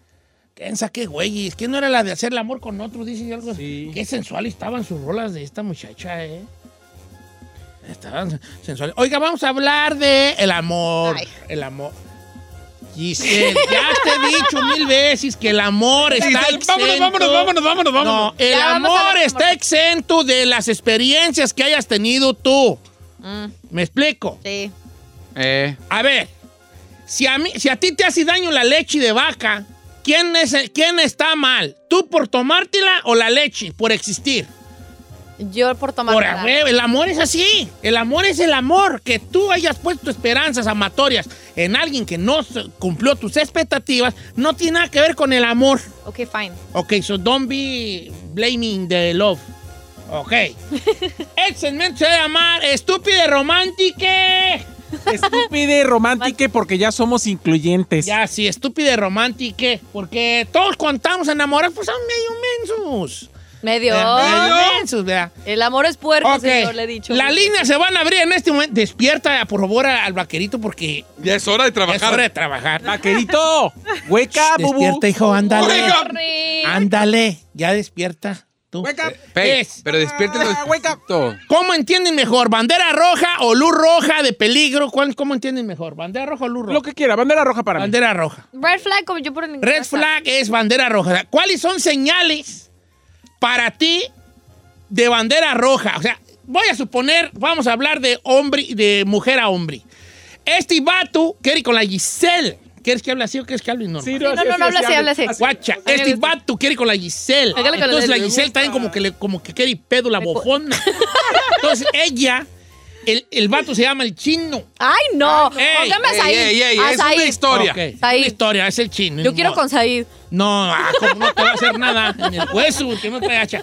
Speaker 2: Piensa qué güeyes. ¿Quién no era la de hacer el amor con otro? Dice algo.
Speaker 3: Sí.
Speaker 2: Qué sensual estaban sus rolas de esta muchacha, ¿eh? Estaban sensuales. Oiga, vamos a hablar de el amor.
Speaker 8: Ay.
Speaker 2: El amor. Giselle, ya te he dicho mil veces que el amor está
Speaker 5: Giselle,
Speaker 2: exento.
Speaker 5: vámonos, vámonos, vámonos, vámonos,
Speaker 2: No,
Speaker 5: vámonos.
Speaker 2: el
Speaker 8: Ya, vamos a
Speaker 2: amor
Speaker 8: ver,
Speaker 2: está
Speaker 8: amor.
Speaker 2: exento de las experiencias que hayas tenido tú.
Speaker 8: Mm.
Speaker 2: ¿Me explico?
Speaker 8: Sí.
Speaker 5: Eh,
Speaker 2: A ver, si a, mí, si a ti te hace daño la leche de vaca, ¿quién, es, el- ¿quién está mal? ¿Tú por tomártela o la leche? Por existir.
Speaker 4: Yo por tomar.
Speaker 2: Por a huevo, el amor es así. El amor es el amor. Que tú hayas puesto esperanzas amatorias en alguien que no se- cumplió tus expectativas no tiene nada que ver con el amor.
Speaker 8: Ok, fine.
Speaker 2: Ok, so don't be blaming the love. Ok. el segmento se va a llamar Estúpide Romántica.
Speaker 3: Estúpide romántica porque ya somos incluyentes.
Speaker 2: Ya, sí, estúpide romántica. Porque todos contamos enamorados, pues son medio mensos.
Speaker 4: Medio.
Speaker 2: Eh, medio mensos, vea.
Speaker 4: El amor es puerco,
Speaker 2: Ok.
Speaker 4: señor, pues, le he dicho.
Speaker 2: Las líneas se van a abrir en este momento. Despierta, por favor, al vaquerito porque
Speaker 5: ya es hora de
Speaker 2: ya es hora de
Speaker 5: trabajar. Ah,
Speaker 2: trabajar.
Speaker 3: Vaquerito, hueca, bubu.
Speaker 2: Despierta, hijo, ándale.
Speaker 5: Oiga.
Speaker 2: Ándale, ya despierta. Tú.
Speaker 3: Hueca.
Speaker 5: Pe-
Speaker 2: Es.
Speaker 5: pero despiértenlo.
Speaker 3: Ah, wake up.
Speaker 5: despierto.
Speaker 2: ¿Cómo entienden mejor? ¿Bandera roja o luz roja de peligro? ¿Cuál- ¿Cómo entienden mejor? ¿Bandera roja o luz roja?
Speaker 3: Lo que quiera, bandera roja para mí.
Speaker 2: Bandera roja.
Speaker 8: Red flag, como yo por en inglés.
Speaker 2: Red flag es bandera roja. O sea, ¿Cuáles son señales para ti de bandera roja? O sea, voy a suponer, vamos a hablar de hombre, de mujer a hombre. Este vato quiere ir con la Giselle. ¿Quieres que hable así o quieres que hable normal?
Speaker 8: no, no, no, habla así, habla así.
Speaker 2: Guacha, este vato quiere ir con la Giselle.
Speaker 8: Hágale con la
Speaker 2: Entonces la
Speaker 8: Giselle.
Speaker 2: Giselle también como que, le, como que quiere ir pedo la bofona. Entonces ella, el, el vato se llama el chino.
Speaker 4: Ay, no.
Speaker 2: Ey,
Speaker 4: Póngame
Speaker 5: Ey,
Speaker 4: Said.
Speaker 5: ey, ey,
Speaker 4: A
Speaker 5: es una
Speaker 4: Said.
Speaker 5: historia.
Speaker 2: Ok, es
Speaker 4: Ahí.
Speaker 2: una historia, es el chino.
Speaker 4: Yo
Speaker 2: ni
Speaker 4: quiero
Speaker 2: modo.
Speaker 4: con Said.
Speaker 2: No, ah, como no te va a hacer nada en el hueso, que no trae hacha.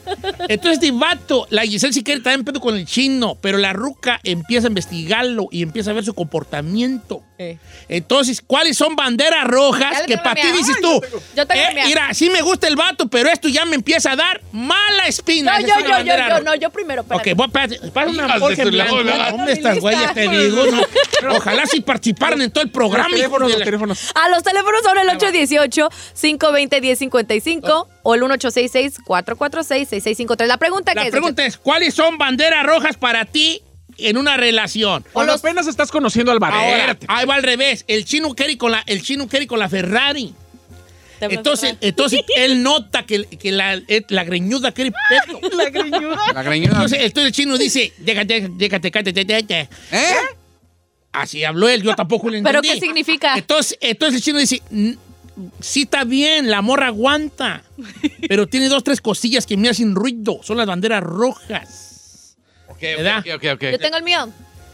Speaker 2: Entonces, este vato, la Giselle si quiere también pedo con el chino, pero la ruca empieza a investigarlo y empieza a ver su comportamiento. Entonces, ¿cuáles son banderas rojas
Speaker 8: Ya le
Speaker 2: que
Speaker 8: tengo
Speaker 2: para
Speaker 8: la
Speaker 2: ti
Speaker 8: mía.
Speaker 2: dices
Speaker 8: Ay,
Speaker 2: tú?
Speaker 8: Yo tengo
Speaker 2: eh,
Speaker 8: mía.
Speaker 2: mira, sí me gusta el vato, pero esto ya me empieza a dar mala espina.
Speaker 4: No,
Speaker 2: Esa
Speaker 4: yo,
Speaker 2: es una
Speaker 4: yo, yo,
Speaker 2: bandera
Speaker 4: yo,
Speaker 2: roja.
Speaker 4: no, yo primero.
Speaker 2: Ok,
Speaker 4: espérate.
Speaker 2: voy a pásame una
Speaker 5: Hijas de
Speaker 2: Jorge
Speaker 5: su
Speaker 2: Blanco.
Speaker 5: lado, la-
Speaker 2: ¿Dónde estas güeyes te digo? no? Ojalá si participaran en todo el
Speaker 3: Los
Speaker 2: programa, hijo
Speaker 3: teléfonos,
Speaker 2: de
Speaker 3: los
Speaker 2: la-
Speaker 3: teléfonos.
Speaker 4: A los teléfonos son el 818-520-1055 o el 1866-446-6653. La pregunta que
Speaker 2: La
Speaker 4: es.
Speaker 2: pregunta es, ¿cuáles son banderas rojas para ti en una relación?
Speaker 3: Cuando apenas estás conociendo al vato.
Speaker 2: Ahora, ahí va al revés. El chino quiere ir con la, el chino quiere ir con la Ferrari. Entonces, entonces él nota que, que la, eh, la greñuda quiere peto.
Speaker 5: La greñuda.
Speaker 2: Entonces, entonces el chino dice, déjate, déjate, cállate, déjate.
Speaker 5: ¿Eh?
Speaker 2: Así habló él, yo tampoco lo entendí. Ah,
Speaker 4: ¿Pero qué significa?
Speaker 2: Entonces, entonces el chino dice, "N- sí está bien, la morra aguanta, pero tiene dos, tres cosillas que me hacen ruido. Son las banderas rojas.
Speaker 5: Ok,
Speaker 2: ¿Verdad?
Speaker 5: ok, ok, ok.
Speaker 8: Yo tengo el mío.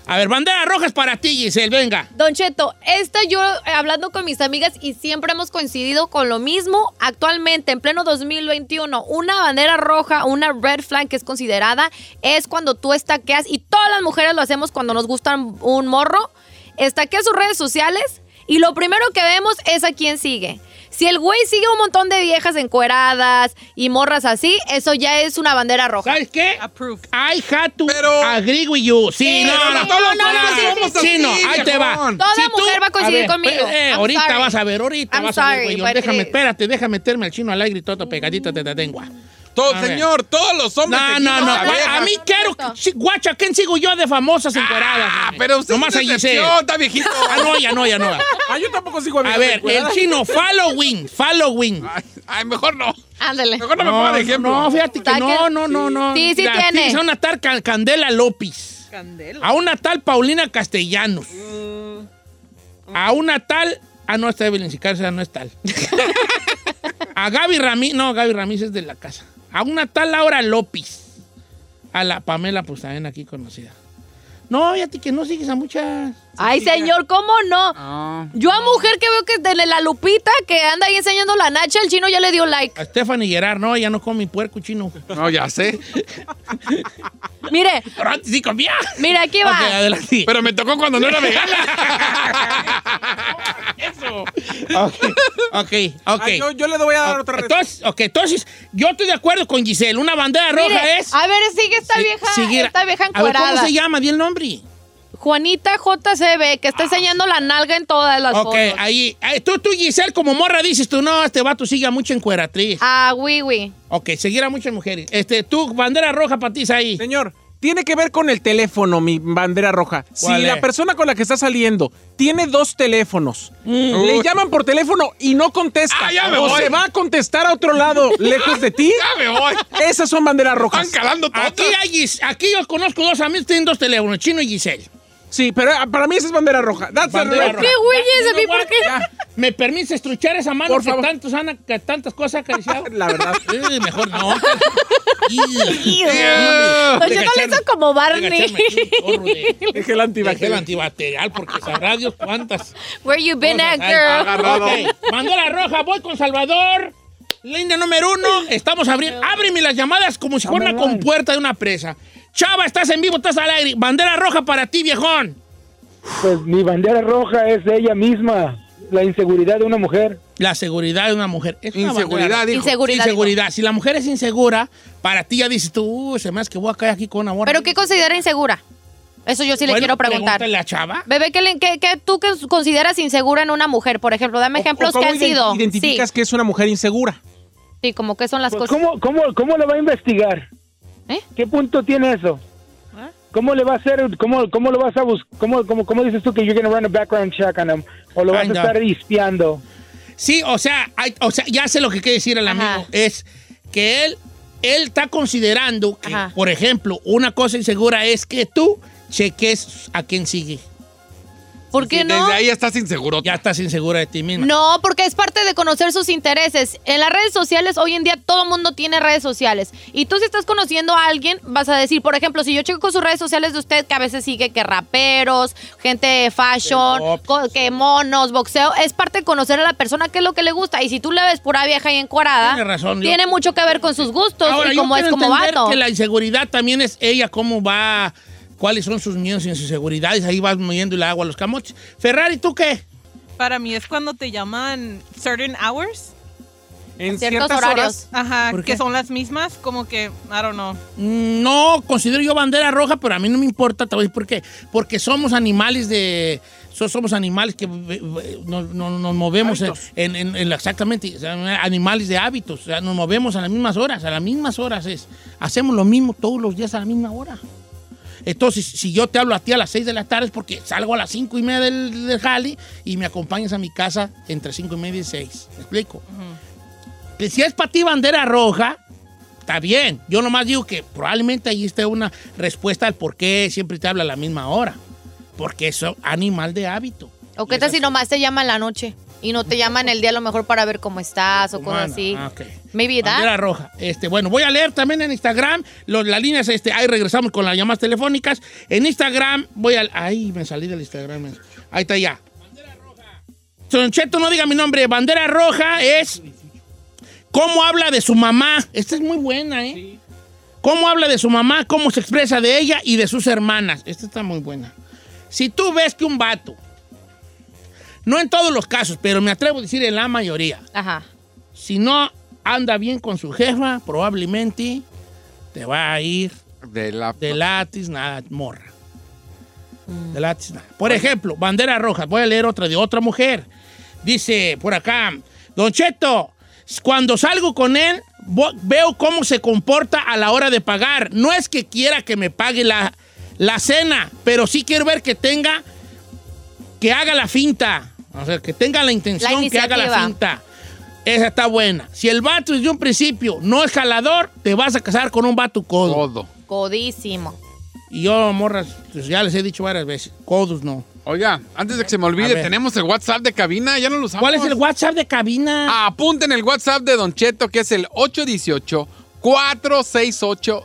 Speaker 2: A ver, banderas rojas para ti, Giselle, venga.
Speaker 8: Don Cheto, esta yo eh, hablando con mis amigas y siempre hemos coincidido con lo mismo. Actualmente, en pleno 2021, una bandera roja, una red flag que es considerada, es cuando tú estaqueas, y todas las mujeres lo hacemos cuando nos gusta un morro, estaqueas sus redes sociales y lo primero que vemos es a quién sigue. Si el güey sigue un montón de viejas encueradas y morras así, eso ya es una bandera roja.
Speaker 2: ¿Sabes qué?
Speaker 9: Approved.
Speaker 2: I had to
Speaker 5: Pero-
Speaker 2: agree with you. Sí,
Speaker 8: Sí,
Speaker 2: no,
Speaker 8: no,
Speaker 2: no,
Speaker 8: no, no,
Speaker 2: claro.
Speaker 8: no, sí, sí,
Speaker 5: sí,
Speaker 2: Chino,
Speaker 5: sí,
Speaker 2: ahí te va.
Speaker 5: viejón.
Speaker 8: Toda
Speaker 2: Si tú-
Speaker 8: mujer va a coincidir conmigo.
Speaker 2: eh,
Speaker 8: I'm
Speaker 2: ahorita
Speaker 8: sorry.
Speaker 2: vas a ver, ahorita
Speaker 8: I'm
Speaker 2: vas a ver,
Speaker 8: sorry,
Speaker 2: güeyón.
Speaker 8: but it
Speaker 2: Déjame,
Speaker 8: is.
Speaker 2: espérate, déjame meterme al chino al aire y todo pegadita de la lengua.
Speaker 5: Todo,
Speaker 2: A ver.
Speaker 5: señor, todos los hombres.
Speaker 2: No, no,
Speaker 5: seguimos
Speaker 2: no.
Speaker 5: a la vieja.
Speaker 2: A mí quiero, que- sí, guacha, ¿quién sigo yo de famosas encueradas?
Speaker 5: Ah,
Speaker 2: hombre?
Speaker 5: pero usted
Speaker 2: Nomás
Speaker 5: es una
Speaker 2: a Giselle.
Speaker 5: excepción, está viejito.
Speaker 2: Ah, no, ya no, ya no.
Speaker 3: Ah, yo tampoco sigo
Speaker 2: A
Speaker 3: amigas
Speaker 2: ver, el
Speaker 3: encueradas.
Speaker 2: chino, following, following.
Speaker 5: Ay, ay, mejor no.
Speaker 8: Ándale.
Speaker 5: Mejor no me ponga de ejemplo.
Speaker 2: No, fíjate que
Speaker 8: Está
Speaker 2: no,
Speaker 8: que-
Speaker 2: no, no, no.
Speaker 8: Sí, sí
Speaker 2: Mira,
Speaker 8: tiene.
Speaker 2: tienes A una tal Can- Candela López.
Speaker 9: Candela.
Speaker 2: A una tal Paulina Castellanos.
Speaker 8: Mm.
Speaker 2: A una tal. Ah, no, está Evelyn Sicario, esa no es tal. a Gaby Ramírez. No, Gaby Ramírez es de la casa. A una tal Laura López. A la Pamela, pues también aquí conocida. No, fíjate que no sigues a muchas.
Speaker 4: Ay, señor, ¿cómo no?
Speaker 2: Ah.
Speaker 5: No.
Speaker 4: Yo a mujer que veo que de la lupita que anda ahí enseñando la nacha, el chino ya le dio like.
Speaker 2: A Stephanie Gerard, no, ya no come puerco chino.
Speaker 5: No, ya sé.
Speaker 4: Mire,
Speaker 2: Pero antes sí comía.
Speaker 4: mire, aquí va.
Speaker 2: Ok, adelante.
Speaker 5: Pero me tocó cuando no era vegana.
Speaker 2: Eso. Ok, ok, ok.
Speaker 3: Ah, yo, yo le voy a dar otra respuesta.
Speaker 2: Entonces, ok, entonces, yo estoy de acuerdo con Giselle. Una bandera
Speaker 4: Mire,
Speaker 2: roja es.
Speaker 4: A ver, sigue esta
Speaker 2: si-
Speaker 4: vieja,
Speaker 2: seguir-
Speaker 4: esta vieja
Speaker 2: A ver,
Speaker 4: encuerada.
Speaker 2: ¿cómo se llama? Di el nombre.
Speaker 4: Juanita JCB, que está enseñando la nalga en todas las
Speaker 2: Ok,
Speaker 4: fotos.
Speaker 2: ahí. ahí, Tú, tú, Giselle, como morra, dices tú, no, este vato sigue a mucha encueratriz.
Speaker 4: Ah, oui, oui.
Speaker 2: Ok, seguir a muchas mujeres. Este, tú, bandera roja para ti, ahí.
Speaker 3: Señor, tiene que ver con el teléfono, mi bandera roja. Si
Speaker 2: ¿Cuál
Speaker 3: la
Speaker 2: es?
Speaker 3: persona con la que está saliendo tiene dos teléfonos, le
Speaker 5: Uy.
Speaker 3: llaman por teléfono y no contesta,
Speaker 5: Ah, ya me
Speaker 3: o
Speaker 5: voy.
Speaker 3: se va a contestar a otro lado, lejos de ti,
Speaker 5: Ya me voy.
Speaker 3: esas son banderas
Speaker 5: Están
Speaker 3: rojas.
Speaker 5: calando
Speaker 2: Aquí,
Speaker 5: todo.
Speaker 2: hay Gis- aquí yo conozco dos amigos que tienen dos teléfonos, Chino y Giselle.
Speaker 3: Sí, pero ah, para mí esa es bandera roja. That's a
Speaker 2: Bandera
Speaker 3: red
Speaker 2: roja.
Speaker 3: flag.
Speaker 4: ¿Qué güeyes? ¿A mí
Speaker 2: You know
Speaker 4: por
Speaker 2: what?
Speaker 4: qué?
Speaker 3: Ya,
Speaker 2: ¿Me permites estruchar esa mano
Speaker 3: Por
Speaker 2: que,
Speaker 3: favor.
Speaker 2: tantos han- que tantas cosas ha acariciado?
Speaker 3: La verdad.
Speaker 2: Eh, mejor no.
Speaker 4: Don Cheto Pues le hizo como Barney.
Speaker 3: Dejé el
Speaker 2: Dejé el
Speaker 3: antibacterial.
Speaker 2: antibacterial porque sabrá Dios cuántas.
Speaker 4: Where you been at,
Speaker 2: cosas hay.
Speaker 4: girl?
Speaker 2: Ok, Bandera roja, voy con Salvador. Línea número uno, estamos abriendo. Ábreme las llamadas como
Speaker 5: Ah,
Speaker 2: si fuera una compuerta de una presa. Chava, estás en vivo, estás al aire. Bandera roja para ti, viejón.
Speaker 7: Pues mi bandera roja es ella misma, la inseguridad de una mujer.
Speaker 2: La seguridad de una mujer. Es una bandera
Speaker 5: Inseguridad, dijo.
Speaker 4: Inseguridad.
Speaker 2: Inseguridad. Si la mujer es insegura, para ti ya dices tú, "Uy, se me hace que voy a caer aquí con una morra.
Speaker 4: ¿Pero qué considera insegura? Eso yo sí le
Speaker 2: Bueno,
Speaker 4: quiero preguntar.
Speaker 2: Pregúntale a Chava.
Speaker 4: Bebé, ¿qué, le- qué- qué tú que consideras insegura en una mujer? Por ejemplo, dame
Speaker 3: O-
Speaker 4: ejemplos
Speaker 3: o
Speaker 4: que
Speaker 3: cómo
Speaker 4: han sido.
Speaker 3: ident- identificas
Speaker 4: Sí,
Speaker 3: que es una mujer insegura?
Speaker 4: sí, como que son las
Speaker 7: Pues,
Speaker 4: cosas.
Speaker 7: ¿cómo, cómo, ¿Cómo le va a investigar?
Speaker 4: ¿Eh?
Speaker 7: ¿Qué punto tiene eso? ¿Cómo le va a hacer? ¿Cómo, cómo lo vas a buscar? ¿Cómo, cómo, ¿Cómo dices tú que you're gonna run a background check on him? ¿O lo vas
Speaker 2: Kinda.
Speaker 7: a estar espiando?
Speaker 2: Sí, o sea, hay- o sea, ya sé lo que quiere decir el
Speaker 4: Ajá.
Speaker 2: amigo. Es que él, él está considerando que,
Speaker 4: Ajá.
Speaker 2: por ejemplo, una cosa insegura es que tú cheques a quién sigue.
Speaker 4: ¿Por qué no?
Speaker 5: Desde ahí ya estás inseguro.
Speaker 2: Ya estás insegura de ti misma.
Speaker 4: No, porque es parte de conocer sus intereses. En las redes sociales, hoy en día todo mundo tiene redes sociales. Y tú si estás conociendo a alguien, vas a decir, por ejemplo, si yo checo sus redes sociales de usted, que a veces sigue que raperos, gente de
Speaker 2: Que
Speaker 4: fashion,
Speaker 2: pop.
Speaker 4: co- que monos, boxeo, es parte de conocer a la persona qué es lo que le gusta. Y si tú le ves pura vieja y encuerada,
Speaker 2: Tiene razón, yo-
Speaker 4: tiene mucho que ver con sus gustos
Speaker 2: Ahora,
Speaker 4: y
Speaker 2: yo
Speaker 4: como es
Speaker 2: quiero
Speaker 4: como
Speaker 2: entender
Speaker 4: vato.
Speaker 2: que la inseguridad también es ella cómo va, cuáles son sus miedos y sus inseguridades. Ahí vas moviendo el agua a los camotes. Ferrari, ¿tú qué?
Speaker 9: Para mí es cuando te llaman certain hours.
Speaker 3: En
Speaker 4: Ciertos
Speaker 3: ciertas
Speaker 4: horarios.
Speaker 3: horas.
Speaker 9: Ajá,
Speaker 2: ¿Por qué?
Speaker 9: que son las mismas, como que, I don't know.
Speaker 2: Mm, No considero yo bandera roja, pero a mí no me importa, te voy a decir por qué. Porque somos animales de. so- Somos animales que ve- ve- no- no- nos movemos en,
Speaker 3: Hábitos.
Speaker 2: en- en- en la- exactamente, o sea, animales de hábitos. O sea, nos movemos a las mismas horas, a las mismas horas es. Hacemos lo mismo todos los días a la misma hora. Entonces, si yo te hablo a ti a las 6 de la tarde es porque salgo a las 5 y media del, del jale y me acompañas a mi casa entre 5 y media y 6. ¿Me explico? Que si es para ti bandera roja, está bien. Yo nomás digo que probablemente ahí esté una respuesta al por qué siempre te habla a la misma hora. Porque es un animal de hábito.
Speaker 4: O qué tal si nomás te llaman la noche y no te llaman el día a lo mejor para ver cómo estás o cosas
Speaker 2: Humana.
Speaker 4: así.
Speaker 2: Ah, ok.
Speaker 4: Maybe that.
Speaker 2: Bandera roja. Este, bueno, voy a leer también en Instagram los, las líneas. Este, ahí regresamos con las llamadas telefónicas. En Instagram voy al. Ay, me salí del Instagram. Ahí está ya. Soncheto, no diga mi nombre. Bandera roja es. ¿Cómo habla de su mamá? Esta es muy buena, ¿eh? ¿Cómo habla de su mamá? ¿Cómo se expresa de ella y de sus hermanas? Esta está muy buena. Si tú ves que un vato, no en todos los casos, pero me atrevo a decir en la mayoría,
Speaker 4: Ajá.
Speaker 2: si no anda bien con su jefa, probablemente te va a ir
Speaker 5: De la...
Speaker 2: de latis nada, morra. De latis nada. Por ejemplo, bandera roja. Voy a leer otra de otra mujer. Dice por acá, Don Cheto, cuando salgo con él, vo- veo cómo se comporta a la hora de pagar. No es que quiera que me pague la, la cena, pero sí quiero ver que tenga, que haga la finta. O sea, que tenga la intención, que haga la
Speaker 4: iniciativa.
Speaker 2: finta. Esa está buena. Si el vato desde un principio no es jalador, te vas a casar con un vato codo.
Speaker 5: Todo.
Speaker 4: Codísimo.
Speaker 2: Y yo, morras, pues ya les he dicho varias veces, codos no.
Speaker 5: Oiga, antes de que se me
Speaker 2: A
Speaker 5: olvide,
Speaker 2: ver.
Speaker 5: tenemos el WhatsApp de cabina, ya no lo usamos.
Speaker 2: ¿Cuál es el WhatsApp de cabina?
Speaker 5: Apunten el WhatsApp de Don Cheto, que es el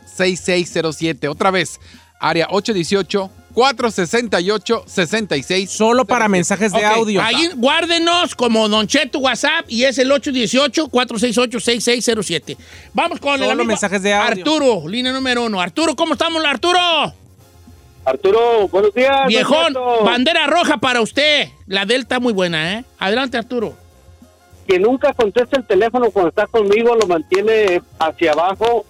Speaker 5: 818-468-6607. Otra vez, área 818-468-66.
Speaker 3: Solo para mensajes de
Speaker 2: Ok,
Speaker 3: audio.
Speaker 2: Ahí guárdenos como Don Cheto WhatsApp y es el 818-468-6607. Vamos con el
Speaker 3: Solo
Speaker 2: amigo
Speaker 3: mensajes de audio.
Speaker 2: Arturo, línea número uno. Arturo, ¿cómo estamos, Arturo?
Speaker 7: Arturo, buenos días.
Speaker 2: Viejón,
Speaker 7: Don Cheto.
Speaker 2: bandera roja para usted. La delta muy buena, ¿eh? Adelante, Arturo.
Speaker 7: que nunca contesta el teléfono cuando está conmigo, lo mantiene hacia abajo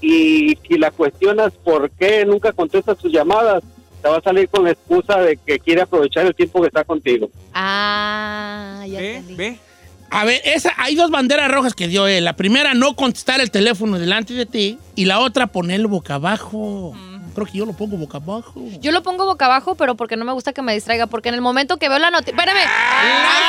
Speaker 7: y si la cuestionas por qué nunca contesta sus llamadas, te va a salir con la excusa de que quiere aprovechar el tiempo que está contigo.
Speaker 8: Ah, ya
Speaker 3: ¿Ve?
Speaker 8: entendí.
Speaker 3: ¿eh? ¿Ve?
Speaker 2: A ver, esa, hay dos banderas rojas que dio él. La primera, no contestar el teléfono delante de ti. Y la otra, ponerlo boca abajo. Creo que yo lo pongo boca abajo.
Speaker 8: Yo lo pongo boca abajo, pero porque no me gusta que me distraiga, porque en el momento que veo la noticia... Espérame.
Speaker 2: Ah,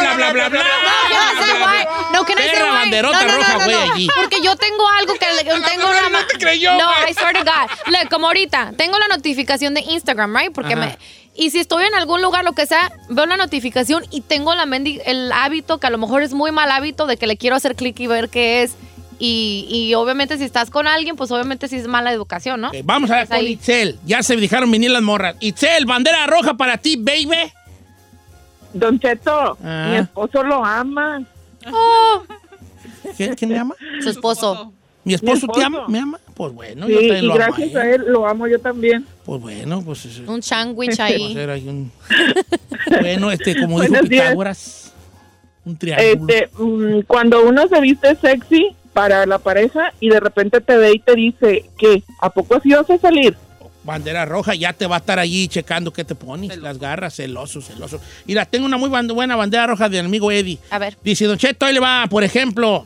Speaker 2: Bla, bla, bla, bla, bla.
Speaker 8: No, can I say why? No, can I say
Speaker 2: ah, Perra
Speaker 8: why? no,
Speaker 2: banderota
Speaker 8: no, no,
Speaker 2: roja,
Speaker 8: no,
Speaker 2: güey,
Speaker 8: no.
Speaker 2: allí.
Speaker 8: Porque yo tengo algo que le, tengo
Speaker 2: mejor
Speaker 8: una
Speaker 2: no
Speaker 8: ma-
Speaker 2: te creyó,
Speaker 8: No,
Speaker 2: güey.
Speaker 8: I swear to God. Look, como ahorita, tengo la notificación de Instagram, right? Porque
Speaker 2: Ajá.
Speaker 8: me y si estoy en algún lugar, lo que sea, veo la notificación y tengo la mendi- el hábito, que a lo mejor es muy mal hábito, de que le quiero hacer clic y ver qué es. Y, y obviamente si estás con alguien, pues obviamente si es mala educación, ¿no?
Speaker 2: Ok, Eh, vamos a ver
Speaker 8: Pues
Speaker 2: con
Speaker 8: ahí.
Speaker 2: Itzel. Ya se dejaron venir las morras. Itzel, bandera roja para ti, baby.
Speaker 10: Don Cheto,
Speaker 2: Ah.
Speaker 10: mi esposo lo ama.
Speaker 2: ¿Quién, quién me ama?
Speaker 8: Su esposo.
Speaker 2: ¿Mi esposo, te
Speaker 10: esposo.
Speaker 2: ama? ¿Me ama? Pues bueno,
Speaker 10: Sí,
Speaker 2: yo también
Speaker 10: y
Speaker 2: lo amo. a
Speaker 10: gracias
Speaker 2: él.
Speaker 10: a él lo amo yo también.
Speaker 2: Pues bueno, pues... eso-
Speaker 8: Un sándwich
Speaker 2: Vamos a
Speaker 8: ahí.
Speaker 2: hacer ahí un- bueno, este, como dijo
Speaker 10: Buenos días.
Speaker 2: Pitágoras, un triángulo.
Speaker 10: Este, mm, cuando uno se viste sexy para la pareja y de repente te ve y te dice que a poco sí vas a salir.
Speaker 2: Bandera roja, ya te va a estar allí checando qué te pones, las garras, celoso, celoso. Mira, tengo una muy ban- buena bandera roja de amigo Eddie.
Speaker 8: A ver.
Speaker 2: Dice, Don Cheto, ahí le va, por ejemplo,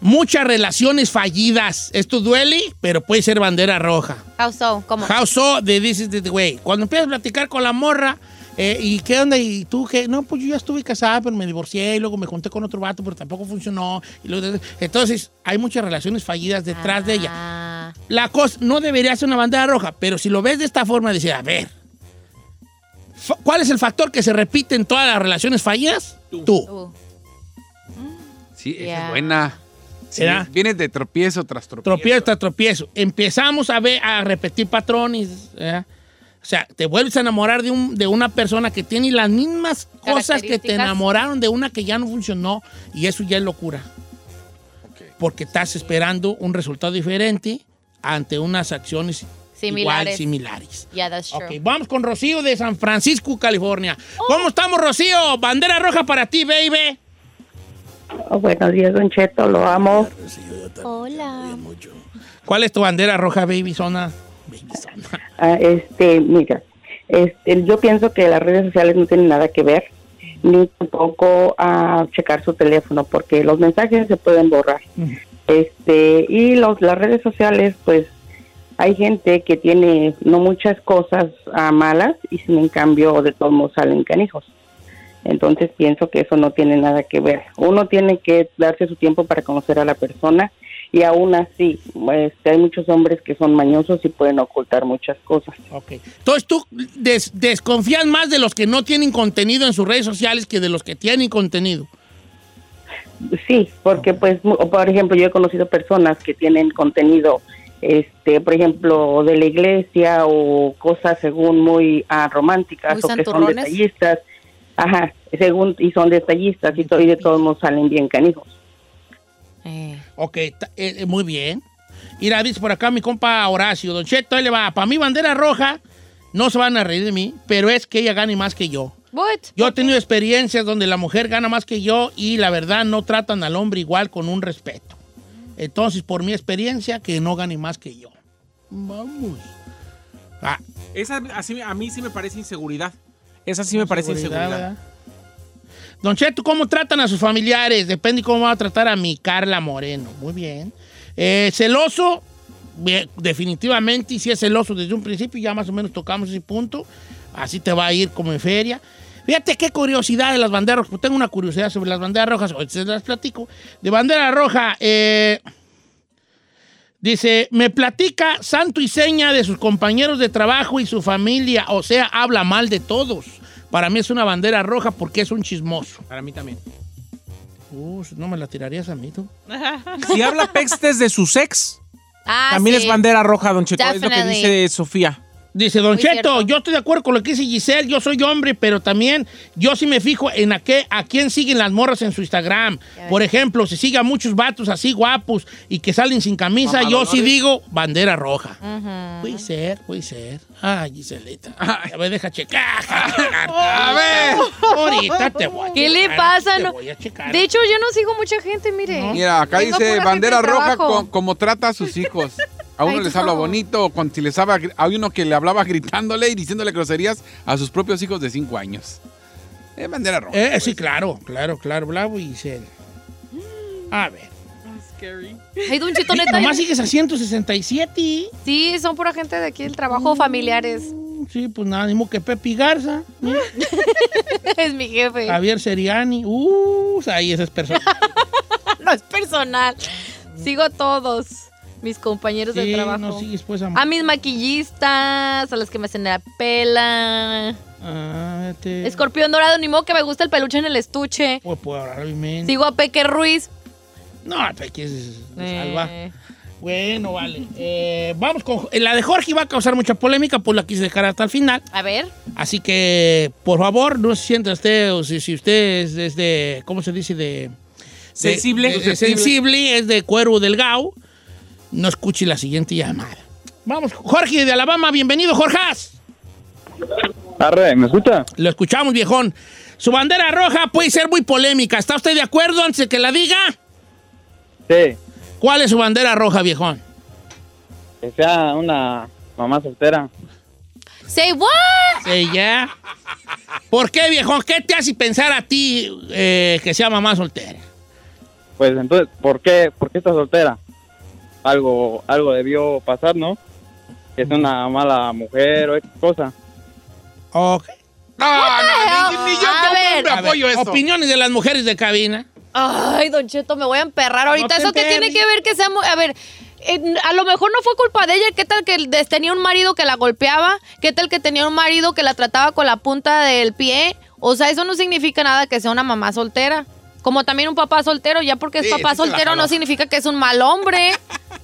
Speaker 2: muchas relaciones fallidas. Esto duele, pero puede ser bandera roja.
Speaker 8: How so? ¿Cómo?
Speaker 2: How so de This is the way. Cuando empiezas a platicar con la morra, eh, ¿y qué onda? ¿Y tú qué? No, pues yo ya estuve casada, pero me divorcié y luego me junté con otro vato, pero tampoco funcionó. Y luego- entonces, hay muchas relaciones fallidas detrás de ella.
Speaker 8: Ah.
Speaker 2: La cosa no debería ser una bandera roja, pero si lo ves de esta forma, dices, a ver, fa- ¿cuál es el factor que se repite en todas las relaciones fallidas? Tú.
Speaker 8: Uh.
Speaker 5: Sí, esa
Speaker 8: Ya.
Speaker 5: es buena. Sí,
Speaker 2: ¿Será?
Speaker 5: vienes de tropiezo tras tropiezo.
Speaker 2: Tropiezo tras tropiezo. Empezamos a ver, a repetir patrones. ¿verdad? O sea, te vuelves a enamorar de, un, de una persona que tiene las mismas cosas que te
Speaker 8: Características.
Speaker 2: enamoraron de una que ya no funcionó y eso ya es locura. Porque estás esperando un resultado diferente ante unas acciones igual
Speaker 8: Similares.
Speaker 2: similares.
Speaker 8: Yeah, that's true. Oh.
Speaker 2: Ok, vamos con Rocío de San Francisco, California. ¿Cómo estamos, Rocío? Bandera roja para ti, baby.
Speaker 10: buenos días, Don Cheto, lo amo.
Speaker 8: Hola.
Speaker 2: ¿Cuál es tu bandera roja, baby zona? Baby zona.
Speaker 10: Ah, este, mira, este, yo pienso que las redes sociales no tienen nada que ver, ni tampoco a checar su teléfono, porque los mensajes se pueden borrar.
Speaker 2: Mm.
Speaker 10: Este, y los, las redes sociales, pues, hay gente que tiene no muchas cosas ah, malas y sin en cambio de todos modos salen canijos. Entonces pienso que eso no tiene nada que ver. Uno tiene que darse su tiempo para conocer a la persona y aún así, este, hay muchos hombres que son mañosos y pueden ocultar muchas cosas.
Speaker 2: Ok. Entonces tú des- desconfías más de los que no tienen contenido en sus redes sociales que de los que tienen contenido.
Speaker 10: Sí, porque pues, mu- por ejemplo, yo he conocido personas que tienen contenido, este, por ejemplo, de la iglesia o cosas según muy ah, románticas
Speaker 8: Muy
Speaker 10: o que son
Speaker 8: santurrones.
Speaker 10: detallistas, ajá, según y son detallistas y, to- y de todos modos salen bien canijos.
Speaker 8: Eh.
Speaker 2: Ok, ta- eh, eh, muy bien. Mira, dice por acá mi compa Horacio. Don Cheto, ahí le va. Para mi bandera roja, no se van a reír de mí, pero es que ella gane más que yo.
Speaker 8: What?
Speaker 2: Yo he tenido experiencias donde la mujer gana más que yo y la verdad no tratan al hombre igual con un respeto. Entonces, por mi experiencia, que no gane más que yo. Vamos. Ah,
Speaker 3: Esa así, a mí sí me parece inseguridad. Esa sí me parece
Speaker 2: seguridad,
Speaker 3: inseguridad.
Speaker 2: ¿verdad? Don Cheto, ¿cómo tratan a sus familiares? Depende cómo va a tratar a mi Carla Moreno. Muy bien. Eh, celoso, bien, definitivamente, y si es celoso desde un principio, ya más o menos tocamos ese punto. Así te va a ir como en feria. Fíjate qué curiosidad de las banderas rojas. Tengo una curiosidad sobre las banderas rojas. Hoy se las platico. De bandera roja, eh, Dice, me platica santo y seña de sus compañeros de trabajo y su familia, o sea, habla mal de todos. Para mí es una bandera roja porque es un chismoso.
Speaker 3: Para mí también.
Speaker 2: Uh, no me la tirarías a mí, tú.
Speaker 3: Si habla pestes de su sex,
Speaker 8: Ah,
Speaker 3: también
Speaker 8: sí.
Speaker 3: es bandera roja, Don Cheto. Es lo que
Speaker 8: Definitely.
Speaker 3: dice Sofía.
Speaker 2: Dice Don
Speaker 4: Muy
Speaker 2: Cheto,
Speaker 4: cierto.
Speaker 2: yo estoy de acuerdo con lo que dice Giselle, yo soy hombre, pero también yo sí me fijo en a, qué, a quién siguen las morras en su Instagram. Por ejemplo, si sigue a muchos vatos así guapos y que salen sin camisa, yo sí digo bandera roja. Puede ser, puede ser. Ay, Giselita. A ver, deja checar. A ver. Ahorita te voy a
Speaker 4: ¿Qué le
Speaker 2: checar,
Speaker 4: pasa?
Speaker 2: Te
Speaker 4: No.
Speaker 2: voy a checar.
Speaker 4: De hecho, yo no sigo mucha gente, mire.
Speaker 5: Mira, acá
Speaker 4: Tengo
Speaker 5: dice
Speaker 4: ¿Eh? pura
Speaker 5: bandera
Speaker 4: gente de
Speaker 5: roja
Speaker 4: trabajo.
Speaker 5: co- como trata a sus hijos. A uno
Speaker 4: Ay,
Speaker 5: les
Speaker 4: no.
Speaker 5: habla bonito, o cuando si les habla, gri- hay uno que le hablaba gritándole y diciéndole groserías a sus propios hijos de 5 años. Es bandera roja.
Speaker 2: Eh, sí, claro, claro, claro. Bravo, Giselle. A ver.
Speaker 4: Ay, Don Cheto, neta,
Speaker 2: Nomás sigues a 167.
Speaker 4: Sí, son pura gente de aquí del
Speaker 2: Mm.
Speaker 4: trabajo, familiares.
Speaker 2: Sí, pues nada, ni modo que Pepe Garza,
Speaker 4: es mi jefe.
Speaker 2: Javier Seriani, uh, ahí esas personas.
Speaker 4: No es personal. Sigo a todos mis compañeros de
Speaker 2: Mm. Sí,
Speaker 4: trabajo.
Speaker 2: no sigues pues a...
Speaker 4: A mis maquillistas, a las que me hacen la pela.
Speaker 2: Ah, te-
Speaker 4: Escorpión dorado, ni modo que me gusta el peluche en el estuche.
Speaker 2: Pues puedo hablar bien.
Speaker 4: Sigo a Peque Ruiz.
Speaker 2: No, Peque es, es salva.
Speaker 4: Eh,
Speaker 2: Bueno, vale. Eh, vamos con... La de Jorge va a causar mucha polémica, pues la quise dejar hasta el final.
Speaker 4: a ver.
Speaker 2: Así que, por favor, no se sienta usted, o si, si usted es desde, ¿cómo se dice? De,
Speaker 3: Sensible.
Speaker 2: de- de- sensible, es de cuero delgado. No escuche la siguiente llamada. Vamos, Jorge de Alabama, bienvenido, Jorjas.
Speaker 7: Arre, ¿me escucha?
Speaker 2: Lo escuchamos, viejón. Su bandera roja puede ser muy polémica. ¿Está usted de acuerdo antes de que la diga?
Speaker 7: Sí,
Speaker 2: ¿Cuál es su bandera roja, viejón?
Speaker 7: que sea una mamá soltera.
Speaker 4: Say what?
Speaker 2: Sí, ya. ¿Por qué, viejón? ¿Qué te hace pensar a ti eh, que sea mamá soltera?
Speaker 7: Pues entonces, ¿por qué, por qué está soltera? Algo, algo debió pasar, ¿no? Que es una mala mujer o X cosa.
Speaker 2: Ok.
Speaker 3: Ah,
Speaker 5: No, no, ni, ni yo
Speaker 4: A
Speaker 5: como
Speaker 4: ver.
Speaker 5: hombre
Speaker 2: A ver,
Speaker 5: apoyo eso.
Speaker 2: Opiniones de las mujeres de cabina.
Speaker 4: Ay, Don Cheto, me voy a emperrar ahorita.
Speaker 2: te
Speaker 4: ¿Eso qué tiene
Speaker 2: emperres.
Speaker 4: que ver que sea mu- A ver, eh, a lo mejor no fue culpa de ella. ¿Qué tal que des- tenía un marido que la golpeaba? ¿Qué tal que tenía un marido que la trataba con la punta del pie? O sea, eso no significa nada que sea una mamá soltera. Como también un papá soltero, ya porque es
Speaker 5: Sí,
Speaker 4: papá
Speaker 5: sí se la
Speaker 4: soltero no
Speaker 5: jaló.
Speaker 4: significa que es un mal hombre.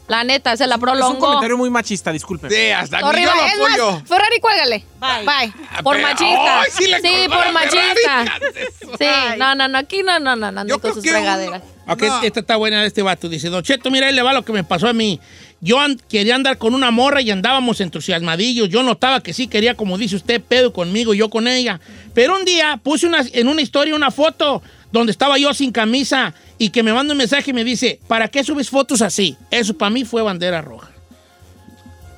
Speaker 4: La neta, se la
Speaker 3: Es un
Speaker 4: prolongó.
Speaker 3: comentario muy machista, disculpen.
Speaker 5: Sí, hasta
Speaker 4: Sorry,
Speaker 5: ni yo lo
Speaker 4: es más,
Speaker 5: apoyo.
Speaker 4: Ferrari, cuélgale.
Speaker 11: Bye.
Speaker 4: Bye.
Speaker 5: Ah,
Speaker 4: Por
Speaker 5: pero-
Speaker 4: machista.
Speaker 5: ¡Ay, sí, le colgó
Speaker 4: por
Speaker 5: la
Speaker 4: machista.
Speaker 5: Ferrari!
Speaker 4: Sí, no, no, no, aquí no, no, no, no,
Speaker 5: Yo
Speaker 4: con
Speaker 5: creo
Speaker 4: sus
Speaker 5: que uno-
Speaker 4: fregaderas.
Speaker 2: Ok,
Speaker 5: No.
Speaker 2: esta está buena de este vato. Dice, Don Cheto, mira, ahí le va lo que me pasó a mí. Yo an- quería andar con una morra y andábamos entusiasmadillos. Yo notaba que sí quería, como dice usted, pedo conmigo y yo con ella. Pero un día puse una, en una historia una foto donde estaba yo sin camisa y que me manda un mensaje y me dice, ¿para qué subes fotos así? Eso para mí fue bandera roja.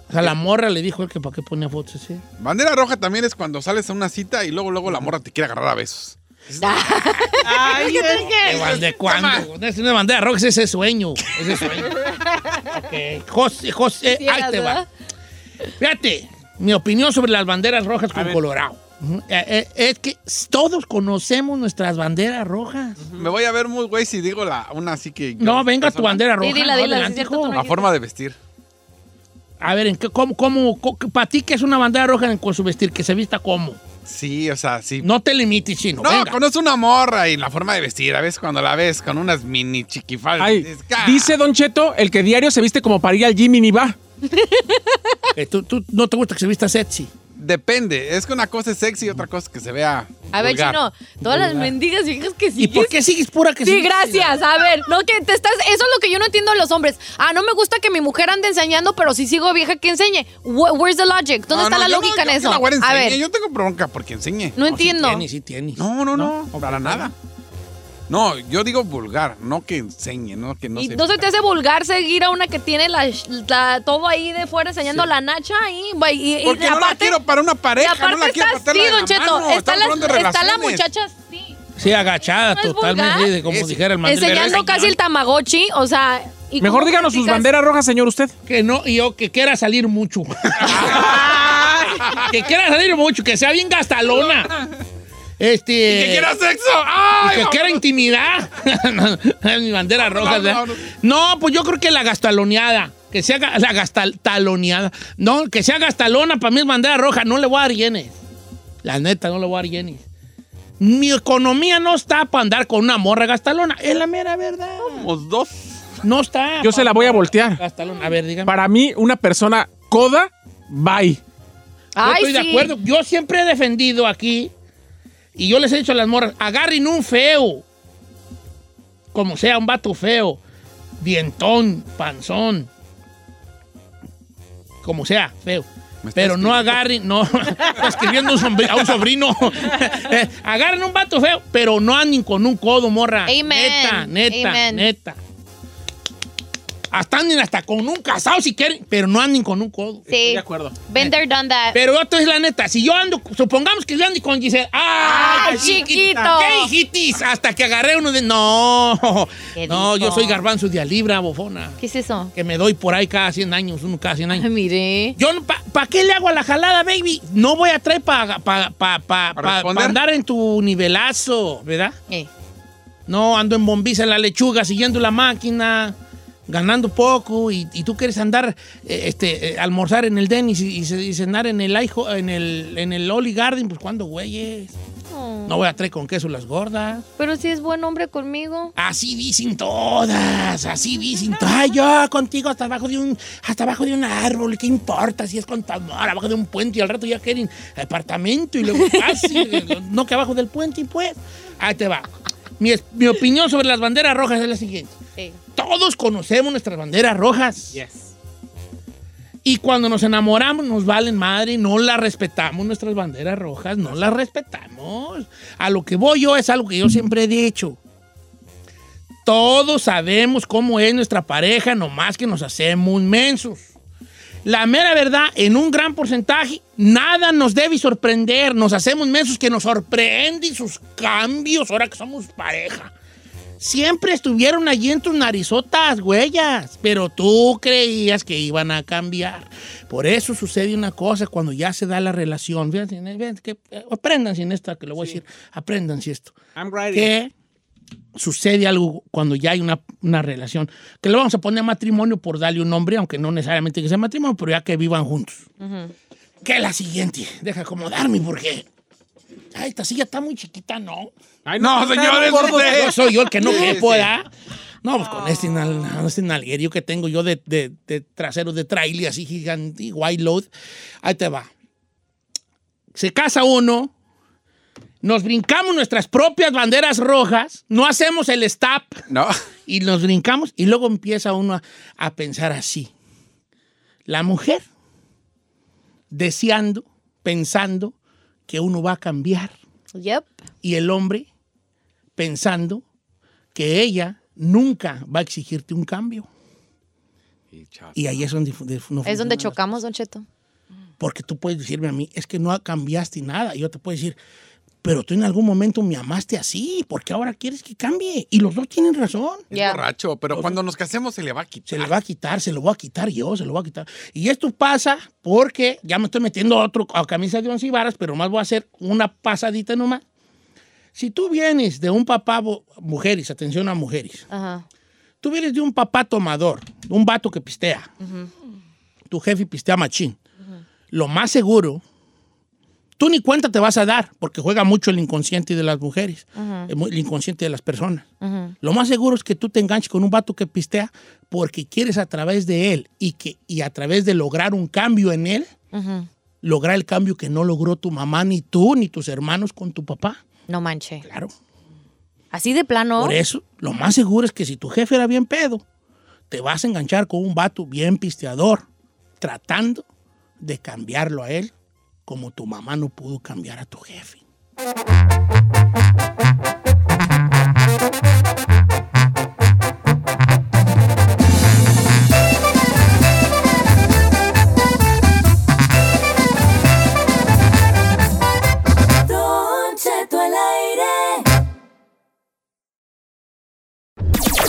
Speaker 2: O sea, la morra le dijo él que para qué ponía fotos así.
Speaker 5: Bandera roja también es cuando sales a una cita y luego, luego la morra te quiere agarrar a besos.
Speaker 2: Ay, ¿De cuándo? No es una bandera roja, es ese sueño. Ese sueño. ok. José, José,
Speaker 4: Sí,
Speaker 2: ahí
Speaker 4: las
Speaker 2: te va.
Speaker 4: dos.
Speaker 2: Fíjate, mi opinión sobre las banderas rojas con
Speaker 3: ver.
Speaker 2: Colorado. Ujú. Eh, eh, es que todos conocemos nuestras banderas rojas.
Speaker 5: Me voy a ver muy güey si digo la, una así que... yo-
Speaker 2: No, venga tu
Speaker 5: persona-
Speaker 2: bandera
Speaker 4: Sí,
Speaker 2: roja.
Speaker 4: dila,
Speaker 2: no,
Speaker 4: dila, sí,
Speaker 2: adelante,
Speaker 4: cierto,
Speaker 2: hijo.
Speaker 4: tú no-
Speaker 5: La forma de vestir.
Speaker 2: A ver, ¿en qué, ¿cómo, cómo, para ti qué es una bandera roja en- con su vestir? Que se vista como.
Speaker 5: Sí, o sea, sí.
Speaker 2: No te limites, chino.
Speaker 5: No,
Speaker 2: venga.
Speaker 5: conoce una morra y la forma de vestir. A veces cuando la ves con unas mini chiquifaldas.
Speaker 3: Ay,
Speaker 5: dices, "Ah".
Speaker 3: dice Don Cheto, el que diario se viste como para ir al gym y ni va.
Speaker 2: Eh, tú, tú no te gusta que se vista sexy.
Speaker 5: Depende. Es que una cosa es sexy y otra cosa es que se vea.
Speaker 4: A ver,
Speaker 5: vulgar.
Speaker 4: Chino, todas las mendigas viejas que
Speaker 2: ¿Y
Speaker 4: sigues.
Speaker 2: por qué sigues pura que se
Speaker 4: Sí,
Speaker 2: vista así?
Speaker 4: gracias. A ver, no que te estás. Eso es lo que yo no entiendo de los hombres. Ah, no me gusta que mi mujer ande enseñando, pero si sigo vieja que enseñe. Wh- Where's the logic? ¿Dónde
Speaker 5: No,
Speaker 4: está
Speaker 5: no,
Speaker 4: la
Speaker 5: yo no-
Speaker 4: lógica
Speaker 5: yo
Speaker 4: en
Speaker 5: que
Speaker 4: eso?
Speaker 5: la güera
Speaker 4: a
Speaker 5: enseñe,
Speaker 4: ver,
Speaker 5: Yo tengo bronca porque enseñe.
Speaker 4: no entiendo.
Speaker 2: Sí tienes, sí tienes.
Speaker 5: No, no, no. para nada. No, yo digo vulgar, no que enseñe, no que no
Speaker 4: ¿Y
Speaker 5: se
Speaker 4: no se
Speaker 5: vea.
Speaker 4: te hace vulgar seguir a una que tiene la, la- todo ahí de fuera enseñando la nacha ahí? güey, Y, y
Speaker 5: Porque no la
Speaker 4: aparte,
Speaker 5: quiero para una
Speaker 4: y
Speaker 5: pareja,
Speaker 4: aparte
Speaker 5: no la quiero
Speaker 4: está
Speaker 5: para estarla
Speaker 4: así,
Speaker 5: de
Speaker 4: Don
Speaker 5: la
Speaker 4: Cheto.
Speaker 5: mano,
Speaker 4: está,
Speaker 5: estamos hablando de
Speaker 4: la, está la
Speaker 5: relaciones.
Speaker 4: muchada así.
Speaker 2: Sí, agachada
Speaker 4: ¿No es
Speaker 2: totalmente,
Speaker 4: vulgar?
Speaker 2: de como
Speaker 5: Ese-
Speaker 2: dijera el mandilero.
Speaker 4: Enseñando casi el tamagotchi, o sea... ¿y
Speaker 3: Mejor
Speaker 4: cómo
Speaker 3: díganos sus
Speaker 4: criticas?
Speaker 3: banderas rojas, señor, usted.
Speaker 2: Que no, y yo que quiera salir mucho. que quiera salir mucho, que sea bien gastalona. Este.
Speaker 5: Y que quiera sexo.
Speaker 2: y
Speaker 5: ¡Ay!
Speaker 2: que
Speaker 5: mamá!
Speaker 2: quiera intimidad. Es mi bandera roja.
Speaker 5: vámonos,
Speaker 2: ¿verdad?
Speaker 5: vámonos.
Speaker 2: No, pues yo creo que la gastaloneada. Que sea ga- la gastaloneada. No, que sea gastalona para mí es bandera roja. No le voy a dar yenes. La neta, no le voy a dar yenes. Mi economía no está para andar con una morra gastalona. Es la mera verdad.
Speaker 5: Somos dos.
Speaker 2: No está.
Speaker 3: Yo se la voy a voltear.
Speaker 2: Gastalona. A ver, dígame.
Speaker 3: Para mí, una persona coda, bye.
Speaker 4: Ay,
Speaker 2: yo estoy
Speaker 4: sí.
Speaker 2: de acuerdo. Yo siempre he defendido aquí y yo les he dicho a las morras, agarren un feo, como sea, un vato feo, dientón, panzón, como sea, feo.
Speaker 5: Me está
Speaker 2: Pero no agarren, no, está escribiendo un sombri- a un sobrino. Eh, agarren un vato feo, pero no anden con un codo, morra.
Speaker 4: Amen.
Speaker 2: Neta, neta,
Speaker 4: Amen.
Speaker 2: neta. Hasta anden hasta con un casado si quieren, pero no anden con un codo.
Speaker 3: Estoy
Speaker 4: Sí.
Speaker 3: de acuerdo.
Speaker 4: Been there, done that.
Speaker 2: Pero yo te voy a decir la neta, si yo ando, supongamos que yo ando con Giselle. ¡Ay,
Speaker 4: ¡Ay, chiquito!
Speaker 2: ¿Qué hijitis? Hasta que agarré uno de. No,
Speaker 4: Qué
Speaker 2: no,
Speaker 4: rico.
Speaker 2: yo soy garbanzo de a libra, bofona.
Speaker 4: ¿Qué es eso?
Speaker 2: Que me doy por ahí cada 100 años, uno cada 100
Speaker 4: Ay,
Speaker 2: años.
Speaker 4: mire.
Speaker 2: Yo, ¿para qué le hago a la jalada, baby? No voy a traer para pa, pa- pa-
Speaker 5: ¿Para
Speaker 2: pa-
Speaker 5: responder?
Speaker 2: pa andar en tu nivelazo, ¿verdad?
Speaker 4: Eh.
Speaker 2: No, ando en bombiza en la lechuga, siguiendo la máquina, ganando poco, y, y tú quieres andar, eh, este, eh, almorzar en el Denis y, y ce- y cenar en el, Iho- en el en el Oli Garden, pues cuando güeyes. No voy a traer con queso las gordas.
Speaker 4: Oh, Pero si es buen hombre conmigo.
Speaker 2: Así dicen todas, así dicen todas. Ay, yo contigo hasta abajo de un, hasta abajo de un árbol, ¿qué importa si es con tu amor? Abajo de un puente y al rato ya quieren apartamento y luego casi, no que abajo del puente y pues. Ahí te va. Mi, es- mi opinión sobre las banderas rojas es la siguiente.
Speaker 4: Sí.
Speaker 2: Todos conocemos nuestras banderas rojas.
Speaker 3: Yes.
Speaker 2: Y cuando nos enamoramos, nos valen madre, no las respetamos, nuestras banderas rojas, no las respetamos. A lo que voy yo es algo que yo siempre he dicho. Todos sabemos cómo es nuestra pareja, nomás que nos hacemos mensos. La mera verdad, en un gran porcentaje, nada nos debe sorprender. Nos hacemos mensos que nos sorprenden sus cambios ahora que somos pareja. Siempre estuvieron allí en tus narizotas, huellas, pero tú creías que iban a cambiar. Por eso sucede una cosa cuando ya se da la relación. Fíjense, fíjense que, eh, apréndanse en esta que le voy a decir, apréndanse esto.
Speaker 3: I'm ready.
Speaker 2: Que sucede algo cuando ya hay una, una relación, que le vamos a poner matrimonio por darle un nombre, aunque no necesariamente que sea matrimonio, pero ya que vivan juntos. Que la siguiente, deja acomodarme porque... Ay, esta silla está muy chiquita, ¿no?
Speaker 3: Ay,
Speaker 5: No, señores,
Speaker 3: gordo.
Speaker 5: usted.
Speaker 2: Yo soy yo el que no
Speaker 5: Sí,
Speaker 2: que
Speaker 5: sí. Ah.
Speaker 2: pueda. No, pues con este, nal- este nalguerío que tengo yo de, de- de trasero de trailer así gigante, y wide load. Ahí te va. Se casa uno, nos brincamos nuestras propias banderas rojas, no hacemos el stop
Speaker 5: No.
Speaker 2: y nos brincamos y luego empieza uno a, a pensar así. La mujer deseando, pensando que uno va a cambiar
Speaker 4: Yep.
Speaker 2: y el hombre pensando que ella nunca va a exigirte un cambio.
Speaker 5: Y chao.
Speaker 2: Y ahí es donde, fu- de- no
Speaker 4: Es donde
Speaker 2: funcionan las-
Speaker 4: chocamos, Don Cheto.
Speaker 2: Porque tú puedes decirme a mí, es que no cambiaste nada. Y yo te puedo decir, pero tú en algún momento me amaste así, porque ahora quieres que cambie. Y los dos tienen razón.
Speaker 5: Es
Speaker 4: Ya.
Speaker 5: borracho, pero cuando nos casemos se le va a quitar.
Speaker 2: Se le va a quitar, se lo voy a quitar yo, se lo voy a quitar. Y esto pasa porque ya me estoy metiendo a otro a camisa de once varas, pero más voy a hacer una pasadita nomás. Si tú vienes de un papá, bo- mujeres, atención a mujeres,
Speaker 4: Ajá.
Speaker 2: Tú vienes de un papá tomador, de un vato que pistea. Tu jefe pistea machín. Lo más seguro, tú ni cuenta te vas a dar, porque juega mucho el inconsciente de las mujeres, el mu- el inconsciente de las personas. Lo más seguro es que tú te enganches con un vato que pistea porque quieres a través de él y, que, y a través de lograr un cambio en él, lograr el cambio que no logró tu mamá, ni tú, ni tus hermanos con tu papá.
Speaker 4: No manche.
Speaker 2: Claro.
Speaker 4: Así de plano.
Speaker 2: Por eso, lo más seguro es que si tu jefe era bien pedo, te vas a enganchar con un vato bien pisteador, tratando de cambiarlo a él como tu mamá no pudo cambiar a tu jefe.
Speaker 6: Don Cheto al aire.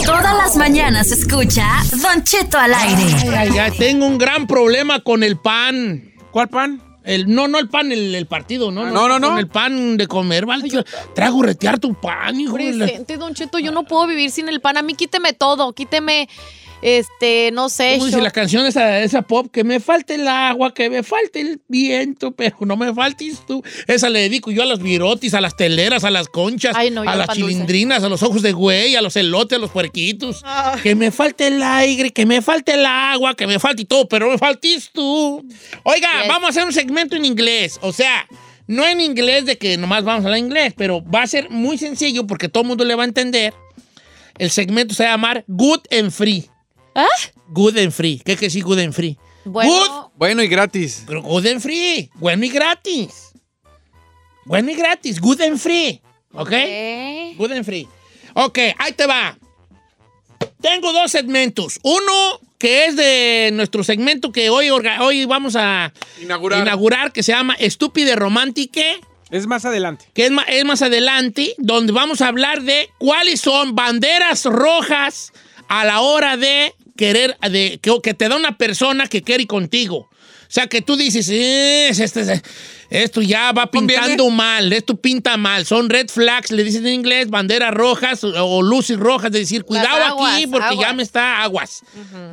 Speaker 1: Todas las mañanas escucha Don Cheto al aire.
Speaker 2: Ay, ay, ay, tengo un gran problema con el pan.
Speaker 3: ¿Cuál pan?
Speaker 2: El, no, no el pan, el, el partido,
Speaker 4: Ah,
Speaker 2: no,
Speaker 5: no, no, no.
Speaker 2: Con el pan de comer, ¿vale? Trae a gurretear tu pan, hijo. de la-
Speaker 4: Presente, Don Cheto, yo no puedo vivir sin el pan. A mí quíteme todo, quíteme este, no sé.
Speaker 2: Como dice la canción esa, esa pop, que me falte el agua, que me falte el viento, pero no me faltes tú. Esa le dedico yo a las virotis, a las teleras, a las conchas,
Speaker 4: Ay, no, yo
Speaker 2: a las
Speaker 4: pan dulce.
Speaker 2: chilindrinas, a los ojos de güey, a los elotes, a los puerquitos. Que me falte el aire, que me falte el agua, que me falte todo, pero no me faltes tú. Oiga,
Speaker 4: Yes.
Speaker 2: vamos a hacer un segmento en inglés, o sea... No en inglés de que nomás vamos a hablar inglés, pero va a ser muy sencillo porque todo el mundo le va a entender. El segmento se va a llamar Good and Free.
Speaker 4: ¿Ah?
Speaker 2: Good and free. ¿Qué que sí, good and free?
Speaker 4: Bueno,
Speaker 5: Bueno y gratis.
Speaker 2: Pero good and free. Bueno y gratis. Bueno y gratis. Good and free. ¿Ok?
Speaker 4: ¿eh?
Speaker 2: Good and free. Ok, ahí te va. Tengo dos segmentos. Uno que es de nuestro segmento que hoy, orga- hoy vamos a
Speaker 5: Inaugurar.
Speaker 2: inaugurar, que se llama Estúpide Romántica
Speaker 3: Es más adelante.
Speaker 2: que es ma- es más, adelante, donde vamos a hablar de cuáles son banderas rojas a la hora de querer, de, que, que te da una persona que quiere ir contigo. O sea, que tú dices, "Eh, es- este- es- esto ya va
Speaker 5: ¿Conviene?
Speaker 2: pintando mal, esto pinta mal, son red flags, le dicen en inglés, banderas rojas o, o luces rojas, de decir, cuidado aquí
Speaker 4: aguas,
Speaker 2: porque ya
Speaker 4: aguas.
Speaker 2: me está aguas.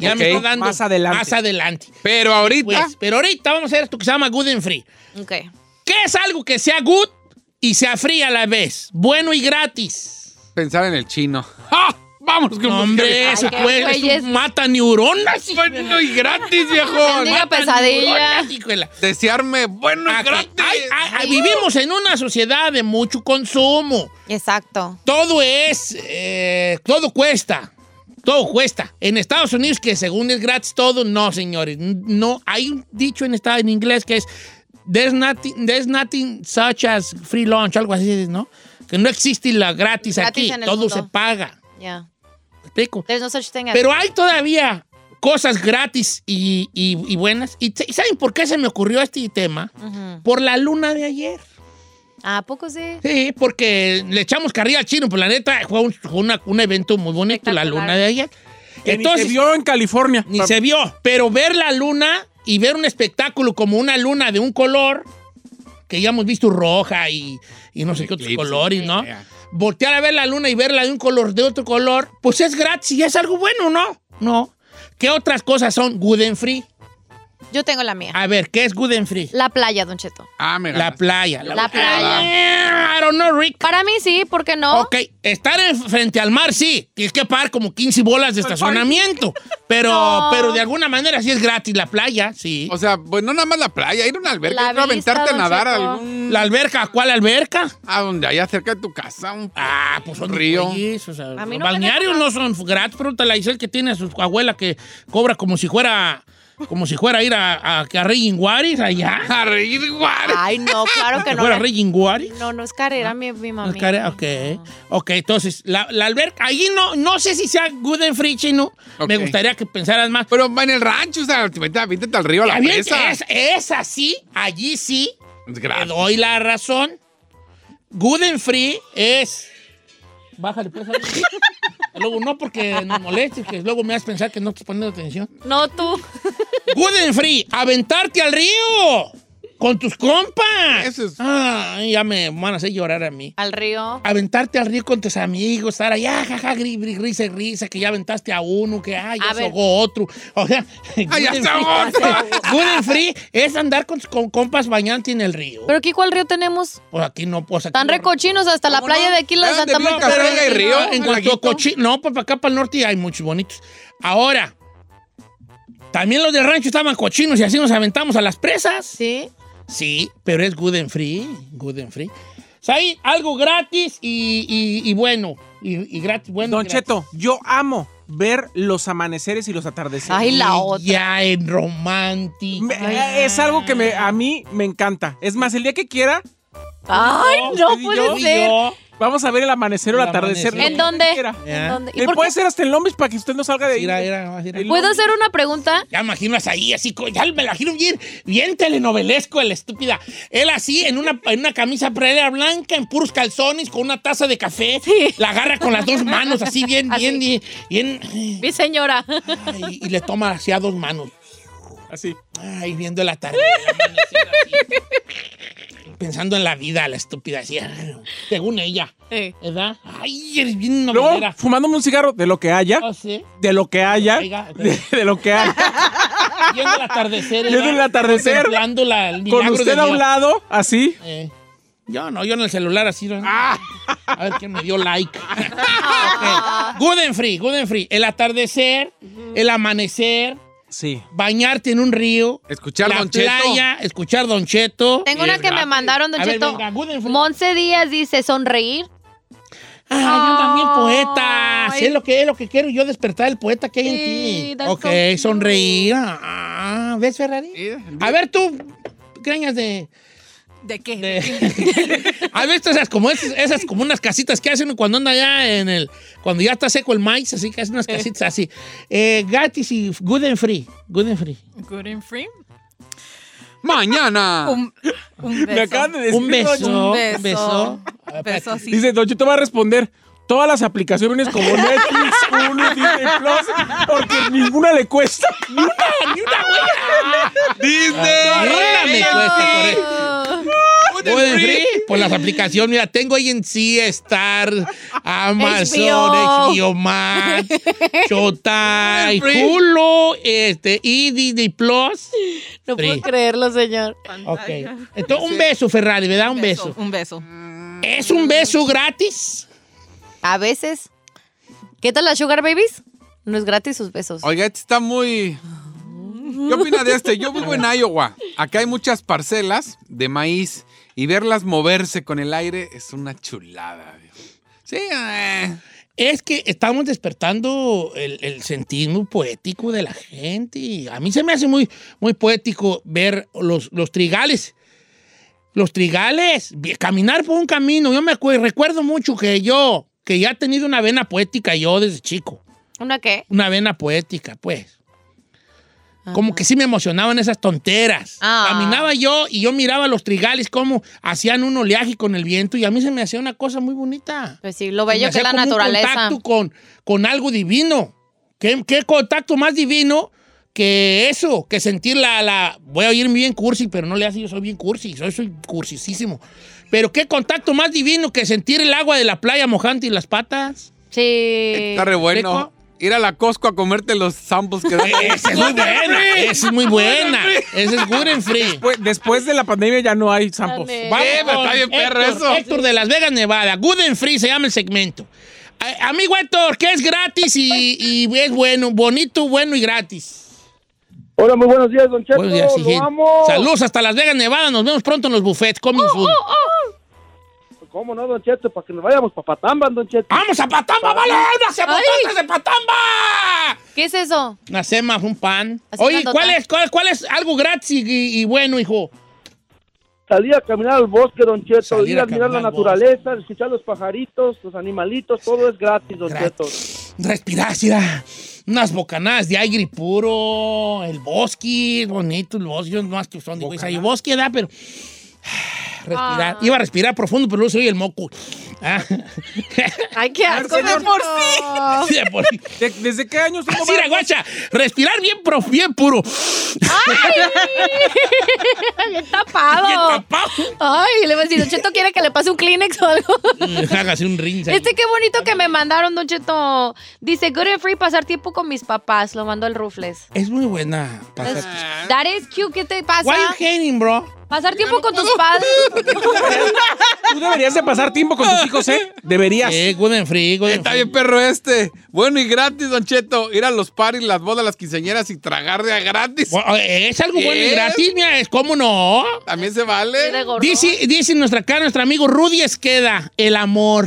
Speaker 2: Ya me
Speaker 5: Ok, Ah.
Speaker 2: está dando
Speaker 3: más adelante.
Speaker 2: Más adelante.
Speaker 5: Pero ahorita.
Speaker 2: Pues, pero ahorita vamos a ver esto que se llama Good and Free.
Speaker 4: Ok.
Speaker 2: ¿Qué es algo que sea good y sea free a la vez? Bueno y gratis.
Speaker 5: Pensar en el chino. ¡Ah! ¡Vamos! que
Speaker 2: No, hombre, eso,
Speaker 4: qué
Speaker 2: pues, eso
Speaker 4: güeyes.
Speaker 2: mata neuronas. hijo de-
Speaker 5: Bueno y gratis, viejón.
Speaker 4: Bendiga
Speaker 2: mata
Speaker 4: pesadilla.
Speaker 2: neuronas, hijo de la-
Speaker 5: Desearme bueno y
Speaker 2: Aquí-
Speaker 5: gratis.
Speaker 2: Ah, ay, ay, ay, vivimos en una sociedad de mucho consumo.
Speaker 4: Exacto.
Speaker 2: Todo es, eh, todo cuesta. Todo cuesta. En Estados Unidos, que según es gratis todo, no, señores. No, hay un dicho en, esta- en inglés que es, there's nothing, there's nothing such as free lunch, algo así, ¿no? Que no existe la gratis,
Speaker 4: Gratis
Speaker 2: aquí,
Speaker 4: en el
Speaker 2: todo
Speaker 4: mundo.
Speaker 2: se paga.
Speaker 4: Ya.
Speaker 2: ¿Me explico?
Speaker 4: There's no such thing as-
Speaker 2: Pero hay todavía cosas gratis y, y- y buenas. ¿Y t- saben por qué se me ocurrió este tema?
Speaker 4: Ujú.
Speaker 2: Por la luna de ayer.
Speaker 4: ¿A poco sí?
Speaker 2: Sí, porque le echamos carrilla al chino, pues la neta fue un, fue una- un evento muy bonito, la
Speaker 4: Espectacular.
Speaker 2: luna de ayer.
Speaker 3: Que ni
Speaker 2: Entonces,
Speaker 3: se vio en California.
Speaker 2: ni se vio, pero ver la luna y ver un espectáculo como una luna de un color, que ya hemos visto roja y, y no sé qué otros
Speaker 5: Eclipse.
Speaker 2: colores, ¿no?
Speaker 5: Ya.
Speaker 2: Voltear a ver la luna y verla de un color, de otro color, pues es gratis y es algo bueno, ¿no? No. ¿Qué otras cosas son good and free?
Speaker 4: Yo tengo la mía.
Speaker 2: A ver, ¿qué es good and free?
Speaker 4: La playa, Don Cheto.
Speaker 5: Ah, me
Speaker 2: La
Speaker 5: ganaste.
Speaker 2: playa.
Speaker 4: La
Speaker 2: playa. I don't know, Rick.
Speaker 4: Para mí sí, ¿por qué no?
Speaker 2: Ok, estar en- frente al mar, sí. Tienes que pagar como 15 bolas de estacionamiento. Pero,
Speaker 4: No.
Speaker 2: pero de alguna manera sí es gratis la playa, sí.
Speaker 5: O sea, pues no nada más la playa, ir a una alberca,
Speaker 4: La
Speaker 5: ir a
Speaker 4: vista,
Speaker 5: aventarte a
Speaker 4: don
Speaker 5: nadar a
Speaker 4: Cheto.
Speaker 5: algún.
Speaker 2: la alberca, ¿cuál alberca?
Speaker 5: A donde haya cerca de tu casa, un
Speaker 2: Ah, pues son
Speaker 5: río.
Speaker 2: güeyes, o sea,
Speaker 4: A mí
Speaker 2: los
Speaker 4: no me
Speaker 2: balnearios
Speaker 4: dejan.
Speaker 2: no son gratis, pero la Isel que tiene a su abuela que cobra como si fuera como si fuera a ir a, a, a Raging Waters allá.
Speaker 5: A reír, guare.
Speaker 4: Ay, no, Ah, claro que
Speaker 2: Que
Speaker 4: no.
Speaker 2: fuera Raging Waters.
Speaker 4: No, no es carrera mi, mi
Speaker 2: Las
Speaker 4: mami.
Speaker 2: care- ok. Ok, entonces, la, la alberca, ahí no, no sé si sea good and free chino. Me
Speaker 5: Ok.
Speaker 2: gustaría que pensaras más.
Speaker 5: Pero va en el rancho, o sea, te metes- aviéntate al río a la
Speaker 2: Está bien,
Speaker 5: presa.
Speaker 2: es, es así, allí sí,
Speaker 5: Es
Speaker 2: te
Speaker 5: gratis.
Speaker 2: doy la razón. Good and free es... Bájale, pues. algo. luego no porque nos moleste, que luego me vas a pensar que no estás poniendo atención.
Speaker 4: No tú.
Speaker 2: Good and free, aventarte al río con tus compas.
Speaker 5: Eso es-
Speaker 2: Ay, ya me van a hacer llorar a mí.
Speaker 4: Al río.
Speaker 2: Aventarte al río con tus amigos, estar allá, jaja, gri- gri- risa y risa, que ya aventaste a uno, que ay, ya
Speaker 4: A
Speaker 2: se
Speaker 4: ver.
Speaker 2: ahogó otro. O sea,
Speaker 5: Ay, ya
Speaker 2: good and
Speaker 5: se
Speaker 2: free-
Speaker 5: ahogó otro.
Speaker 2: Good and free es andar con, con compas bañante en el río.
Speaker 4: Pero aquí cuál río tenemos?
Speaker 2: pues aquí no, pues aquí
Speaker 4: Tan
Speaker 2: no-
Speaker 4: recochinos hasta la
Speaker 5: ¿Cómo
Speaker 4: playa
Speaker 5: no?
Speaker 4: de aquí la
Speaker 5: Vean, de
Speaker 4: Santa
Speaker 5: Blanca
Speaker 4: Marta.
Speaker 5: Vega y Río.
Speaker 2: En
Speaker 5: un
Speaker 2: cuanto a
Speaker 5: laguito.
Speaker 2: cochino, no, pues para acá para el norte hay muchos bonitos. Ahora, también los de rancho estaban cochinos y así nos aventamos a las presas.
Speaker 4: Sí.
Speaker 2: Sí, pero es good and free, good and free. O sea, hay algo gratis y, y- y bueno, y, y gratis, bueno.
Speaker 3: Don
Speaker 2: gratis.
Speaker 3: Cheto, yo amo ver los amaneceres y los atardeceres.
Speaker 4: Ay, la otra.
Speaker 2: Ya en romántico.
Speaker 3: Me- eh, es algo que me, a mí me encanta. Es más, el día que quiera,
Speaker 4: Ay, no
Speaker 3: tú y yo,
Speaker 4: puede
Speaker 3: tú y
Speaker 4: ser.
Speaker 2: Yo,
Speaker 3: vamos a ver el amanecer o el,
Speaker 2: El
Speaker 3: atardecer.
Speaker 2: amanecer.
Speaker 3: lo
Speaker 4: ¿En
Speaker 3: que
Speaker 4: dónde?
Speaker 3: quiera.
Speaker 2: Ya.
Speaker 4: ¿En dónde?
Speaker 3: Y puede ser hasta el Lombis para que usted no salga de ahí.
Speaker 2: mira, mira, mira.
Speaker 3: El-
Speaker 4: ¿Puedo hacer una pregunta?
Speaker 2: Ya imaginas ahí, así, co- ya me imagino bien, bien telenovelesco, el estúpida. Él así, en una, en una camisa previa blanca, en puros calzones, con una taza de café. La agarra con las dos manos, así, bien, bien, bien, bien,
Speaker 4: Mi señora.
Speaker 2: ay, y le toma así a dos manos.
Speaker 3: Así.
Speaker 2: Ay, viendo la tarde. el amanecer así. pensando en la vida, la estúpida, así, según ella.
Speaker 4: Eh.
Speaker 2: ¿Verdad? Ay, eres bien
Speaker 3: Luego,
Speaker 2: novelera.
Speaker 3: fumándome un cigarro de lo que haya,
Speaker 2: Ah, sí.
Speaker 3: de lo que haya,
Speaker 2: Oiga,
Speaker 3: de, de lo que haya,
Speaker 2: Viendo el atardecer.
Speaker 3: Viendo
Speaker 2: ¿verdad?
Speaker 3: el atardecer.
Speaker 2: Contemplando la, el
Speaker 3: con
Speaker 2: milagro
Speaker 3: usted
Speaker 2: de
Speaker 3: a
Speaker 2: Dios.
Speaker 3: un lado, así.
Speaker 2: Eh, yo no, yo en el celular así. ¿no?
Speaker 3: Ah.
Speaker 2: A ver quién me dio like. Ok. Good and free, good and free. El atardecer, el amanecer,
Speaker 3: Sí.
Speaker 2: bañarte en un río,
Speaker 5: Escuchar
Speaker 2: la
Speaker 5: Don Cheto.
Speaker 2: playa, escuchar Don Cheto.
Speaker 4: Tengo una que me mandaron, Don
Speaker 2: A ver,
Speaker 4: Cheto.
Speaker 2: venga, good and free.
Speaker 4: Monse Díaz dice, sonreír.
Speaker 2: Ay, yo también poeta. Sí, es lo que es lo que quiero yo despertar el poeta que hay
Speaker 4: Sí,
Speaker 2: en ti.
Speaker 4: that's
Speaker 2: Ok,
Speaker 4: so cute.
Speaker 2: sonreír. Ah, ¿Ves, Ferrari?
Speaker 5: Yeah.
Speaker 2: A ver tú, creñas de.
Speaker 9: ¿De qué?
Speaker 2: de- ¿Has visto esas como esas, esas como unas casitas que hacen cuando anda ya en el cuando ya está seco el maíz, así que hacen unas casitas así. Eh, Gatis y Good and Free, Good and Free.
Speaker 9: Good and free.
Speaker 5: Mañana.
Speaker 9: Un, un beso.
Speaker 3: Ah. Me acaban de decir.
Speaker 2: Un beso,
Speaker 9: Un
Speaker 2: un beso.
Speaker 9: beso. Beso, sí.
Speaker 3: Dice, Don Cheto va a responder todas las aplicaciones como Netflix, Hulu, Disney Plus, porque ninguna le cuesta.
Speaker 4: Eh,
Speaker 2: Ni una me cuesta, correcto. Pueden
Speaker 5: free.
Speaker 2: free por las aplicaciones. Mira, tengo ahí en sí Star, Amazon,
Speaker 4: HBO.
Speaker 2: HBO, Max, Showtime,
Speaker 5: Pueden free.
Speaker 2: Hulu, este, y Disney Plus.
Speaker 4: No
Speaker 2: Sí.
Speaker 4: puedo creerlo, señor.
Speaker 2: Ok. Entonces, un beso, Ferrari, ¿verdad? Un beso.
Speaker 9: Un beso.
Speaker 2: ¿Es un beso gratis?
Speaker 4: A veces. ¿Qué tal las Sugar Babies? No es gratis sus besos.
Speaker 5: Oiga, este está muy. ¿Qué opina de este? Yo vivo en Iowa. Acá hay muchas parcelas de maíz y verlas moverse con el aire es una chulada. viejo. Sí, eh.
Speaker 2: Es que estamos despertando el, el sentido poético de la gente. Y A mí se me hace muy, muy poético ver los, los trigales. Los trigales, vi- caminar por un camino. Yo me acue- recuerdo mucho que yo, que ya he tenido una vena poética yo desde chico.
Speaker 4: ¿Una qué?
Speaker 2: Una vena poética, pues. Como que sí me emocionaban esas tonteras.
Speaker 4: Ah.
Speaker 2: Caminaba yo y yo miraba los trigales como hacían un oleaje con el viento y a mí se me hacía una cosa muy bonita.
Speaker 4: Pues sí, lo
Speaker 2: Me
Speaker 4: bello que es
Speaker 2: hacía
Speaker 4: la
Speaker 2: como un
Speaker 4: naturaleza.
Speaker 2: contacto con, con algo divino. ¿Qué, qué contacto más divino que eso? Que sentir la, la... Voy a oírme bien cursi, pero no le hace, yo soy bien cursi, soy, soy cursisísimo. Pero qué contacto más divino que sentir el agua de la playa mojante y las patas.
Speaker 4: Sí.
Speaker 5: está re bueno. Ir a la Costco a comerte los samples que dan.
Speaker 2: Esa es muy buena, esa es muy buena. Esa es good and free.
Speaker 3: Pues, después de la pandemia ya no hay zampos.
Speaker 4: Dale.
Speaker 2: Vamos
Speaker 5: Eh, pero
Speaker 2: con
Speaker 5: está bien perro
Speaker 2: Héctor,
Speaker 5: eso.
Speaker 2: Héctor de Las Vegas, Nevada. Good and Free se llama el segmento. A- Amigo Héctor, que es gratis y, y es bueno, bonito, bueno y gratis.
Speaker 7: Hola, muy buenos días, Don Cheto.
Speaker 2: Buenos días,
Speaker 7: lo
Speaker 2: Hijín.
Speaker 7: amo.
Speaker 2: Saludos hasta Las Vegas, Nevada. Nos vemos pronto en los buffets. Coming soon.
Speaker 7: ¿Cómo no, Don Cheto? Para que nos vayamos para Patamban, Don Cheto.
Speaker 2: ¡Vamos a Patamba, vale! ¡Unas sepatatas de Patamba!
Speaker 4: ¿Qué es eso?
Speaker 2: Unas semas, un pan.
Speaker 4: Así
Speaker 2: Oye,
Speaker 4: grandota.
Speaker 2: ¿cuál es, cuál, cuál es algo gratis y, y- y bueno, hijo?
Speaker 7: Salí a caminar al bosque, Don Cheto.
Speaker 2: Salir
Speaker 7: Ir
Speaker 2: a
Speaker 7: a mirar la
Speaker 2: caminar al bosque.
Speaker 7: naturaleza, escuchar los pajaritos, los animalitos, todo es gratis, Don Cheto.
Speaker 2: Respirar, mira. Unas bocanadas de aire puro, el bosque, bonito, el bosque, yo no más que son, digo, hay bosque, da, pero respirar. Iba a respirar profundo, pero luego se oye el moco. Ah.
Speaker 4: Ay, qué asco,
Speaker 3: señor.
Speaker 4: por sí.
Speaker 2: Sí, por-
Speaker 3: ¿De- ¿Desde qué años
Speaker 2: Así era, guacha. Respirar bien, prof- bien puro.
Speaker 4: Bien
Speaker 2: Bien
Speaker 4: tapado.
Speaker 2: tapado.
Speaker 4: Ay, le voy a decir, Don Cheto quiere que le pase un Kleenex o algo.
Speaker 2: Mm, Hágase un rinza.
Speaker 4: Este qué bonito que me mandaron, Don Cheto. Dice, good and free, pasar tiempo con mis papás. Lo mandó el Rufles.
Speaker 2: Es muy buena. pasar-
Speaker 4: That is cute. ¿Qué te pasa?
Speaker 2: Why you hating, bro?
Speaker 4: Pasar tiempo con tus padres.
Speaker 3: Tú deberías de pasar tiempo con tus hijos, ¿eh? Deberías.
Speaker 2: Eh, good and free, good and
Speaker 5: Está
Speaker 2: free.
Speaker 5: bien, perro este. Bueno y gratis, Don Cheto. Ir a los paris, las bodas, las quinceañeras y tragar de a gratis.
Speaker 2: Bueno, eh, Es algo bueno y
Speaker 5: Yes.
Speaker 2: gratis, mira, es como no.
Speaker 5: También se vale.
Speaker 2: Dice, dice nuestra cara, nuestro amigo Rudy Esqueda, el amor.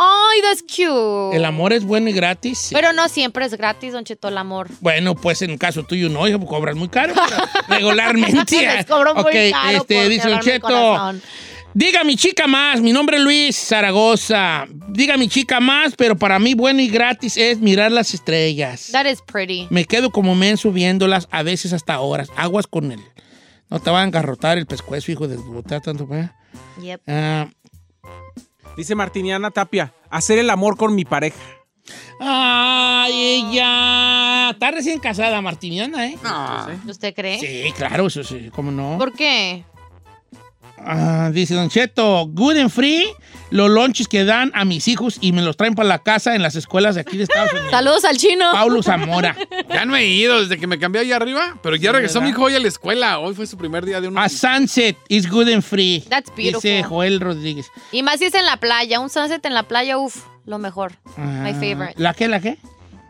Speaker 4: Ay, that's cute.
Speaker 2: ¿El amor es bueno y gratis? Sí.
Speaker 4: Pero no siempre es gratis, Don Cheto, el amor.
Speaker 2: Bueno, pues en caso tuyo no, hijo, cobras muy caro. pero regularmente.
Speaker 4: Les cobro muy
Speaker 2: Ok,
Speaker 4: caro
Speaker 2: este,
Speaker 4: por
Speaker 2: dice Don
Speaker 4: quebrar mi
Speaker 2: Cheto.
Speaker 4: corazón.
Speaker 2: Diga mi chica más, mi nombre es Luis Zaragoza. Diga mi chica más, pero para mí bueno y gratis es mirar las estrellas.
Speaker 4: That is pretty.
Speaker 2: Me quedo como men subiéndolas, a veces hasta horas. Aguas con él. No te van a engarrotar el pescuezo, hijo de botar tanto. ¿eh?
Speaker 4: Yep.
Speaker 2: Ah,
Speaker 3: Dice Martiniana Tapia, hacer el amor con mi pareja.
Speaker 2: Ay, ella. Está recién casada,
Speaker 8: Ah.
Speaker 2: Martiniana, ¿eh?
Speaker 5: No.
Speaker 4: ¿Usted cree?
Speaker 2: Sí, claro, eso sí, ¿cómo no?
Speaker 4: ¿Por qué?
Speaker 2: Ah, dice Don Cheto, good and free, los lunches que dan a mis hijos y me los traen para la casa en las escuelas de aquí de Estados Unidos.
Speaker 8: Saludos al chino.
Speaker 2: Paulo Zamora.
Speaker 5: Ya no he ido desde que me cambié allá arriba, pero ya regresó mi hijo hoy a la escuela. Hoy fue su primer día de un...
Speaker 2: A sunset is good and free.
Speaker 8: That's beautiful.
Speaker 2: Dice Joel Rodríguez.
Speaker 8: Y más si es en la playa, un sunset en la playa, uff, lo mejor.
Speaker 2: Ah.
Speaker 8: My favorite.
Speaker 2: ¿La qué, la qué?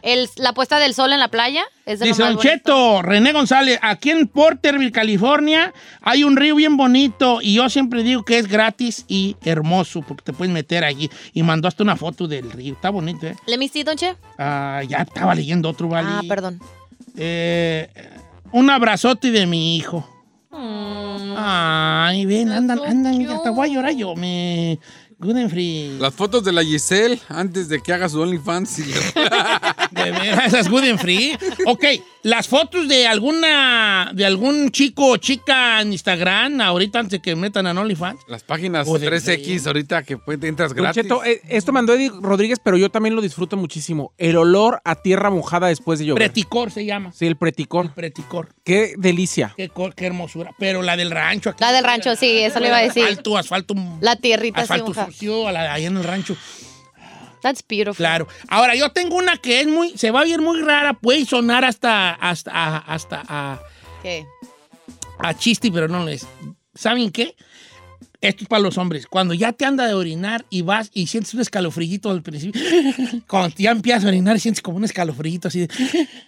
Speaker 8: El- la puesta del sol en la playa es de lo
Speaker 2: Dice
Speaker 8: más
Speaker 2: Don
Speaker 8: bonito.
Speaker 2: Cheto, René González, aquí en Porterville, California, hay un río bien bonito y yo siempre digo que es gratis y hermoso porque te puedes meter allí. Y mandó hasta una foto del río. Está bonito, ¿eh?
Speaker 8: ¿Le mistí, Don Che?
Speaker 2: Ah, ya estaba leyendo otro, ¿vale?
Speaker 8: Ah, perdón.
Speaker 2: Eh, un abrazote de mi hijo.
Speaker 8: Mm.
Speaker 2: Ay, ven, andan, andan, mira, hasta voy a llorar yo. Me... Good and free.
Speaker 5: Las fotos de la Giselle antes de que haga su OnlyFans.
Speaker 2: De veras, esas good and free. Ok, las fotos de alguna, de algún chico o chica en Instagram, ahorita antes de que metan a OnlyFans.
Speaker 5: Las páginas
Speaker 2: Joder,
Speaker 5: 3X ahorita que pues, entras
Speaker 3: Don
Speaker 5: gratis.
Speaker 3: Cheto, eh, esto mandó Eddie Rodríguez, pero yo también lo disfruto muchísimo. El olor a tierra mojada después de llover.
Speaker 2: Preticor se llama.
Speaker 3: sí, el preticón.
Speaker 2: Preticor.
Speaker 3: Qué delicia.
Speaker 2: Qué, cor- qué hermosura. Pero la del rancho. Aquí
Speaker 8: La del rancho, sí, eso le iba a decir.
Speaker 2: Asfalto, asfalto. mm,
Speaker 8: La tierrita así
Speaker 2: asfalto
Speaker 8: mojada.
Speaker 2: sucio, a la- ahí en el rancho.
Speaker 8: That's beautiful.
Speaker 2: Claro. Ahora, yo tengo una que es muy, se va a oír muy rara, puede sonar hasta, hasta, a- hasta a,
Speaker 8: ¿Qué?
Speaker 2: a chiste, pero no lo es. ¿Saben qué? Esto es para los hombres. Cuando ya te anda de orinar y vas y sientes un escalofrillito al principio, cuando ya empiezas a orinar sientes como un escalofrillito así de...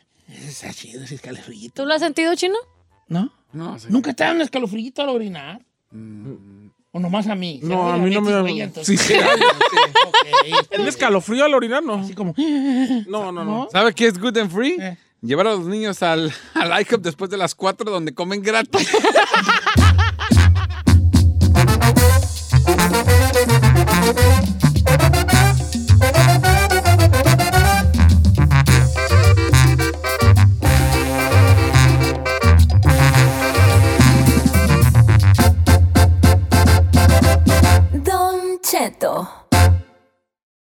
Speaker 2: Está chido ese escalofrillito,
Speaker 8: ¿Tú lo has sentido, chino?
Speaker 2: ¿no?
Speaker 5: No, sí.
Speaker 2: eh, ¿Nunca te da un escalofrillito al orinar? ¿O nomás a mí?
Speaker 3: Mm. No, a mí no me da-
Speaker 2: Sí,
Speaker 3: Sí, sí. ¿Un escalofrío al orinar? No.
Speaker 2: Así como...
Speaker 3: No,
Speaker 2: ¿No?
Speaker 3: no, no.
Speaker 5: ¿Sabe qué es good and free?
Speaker 2: Eh.
Speaker 5: Llevar a los niños al, al IHOP después de las 4 donde comen gratis.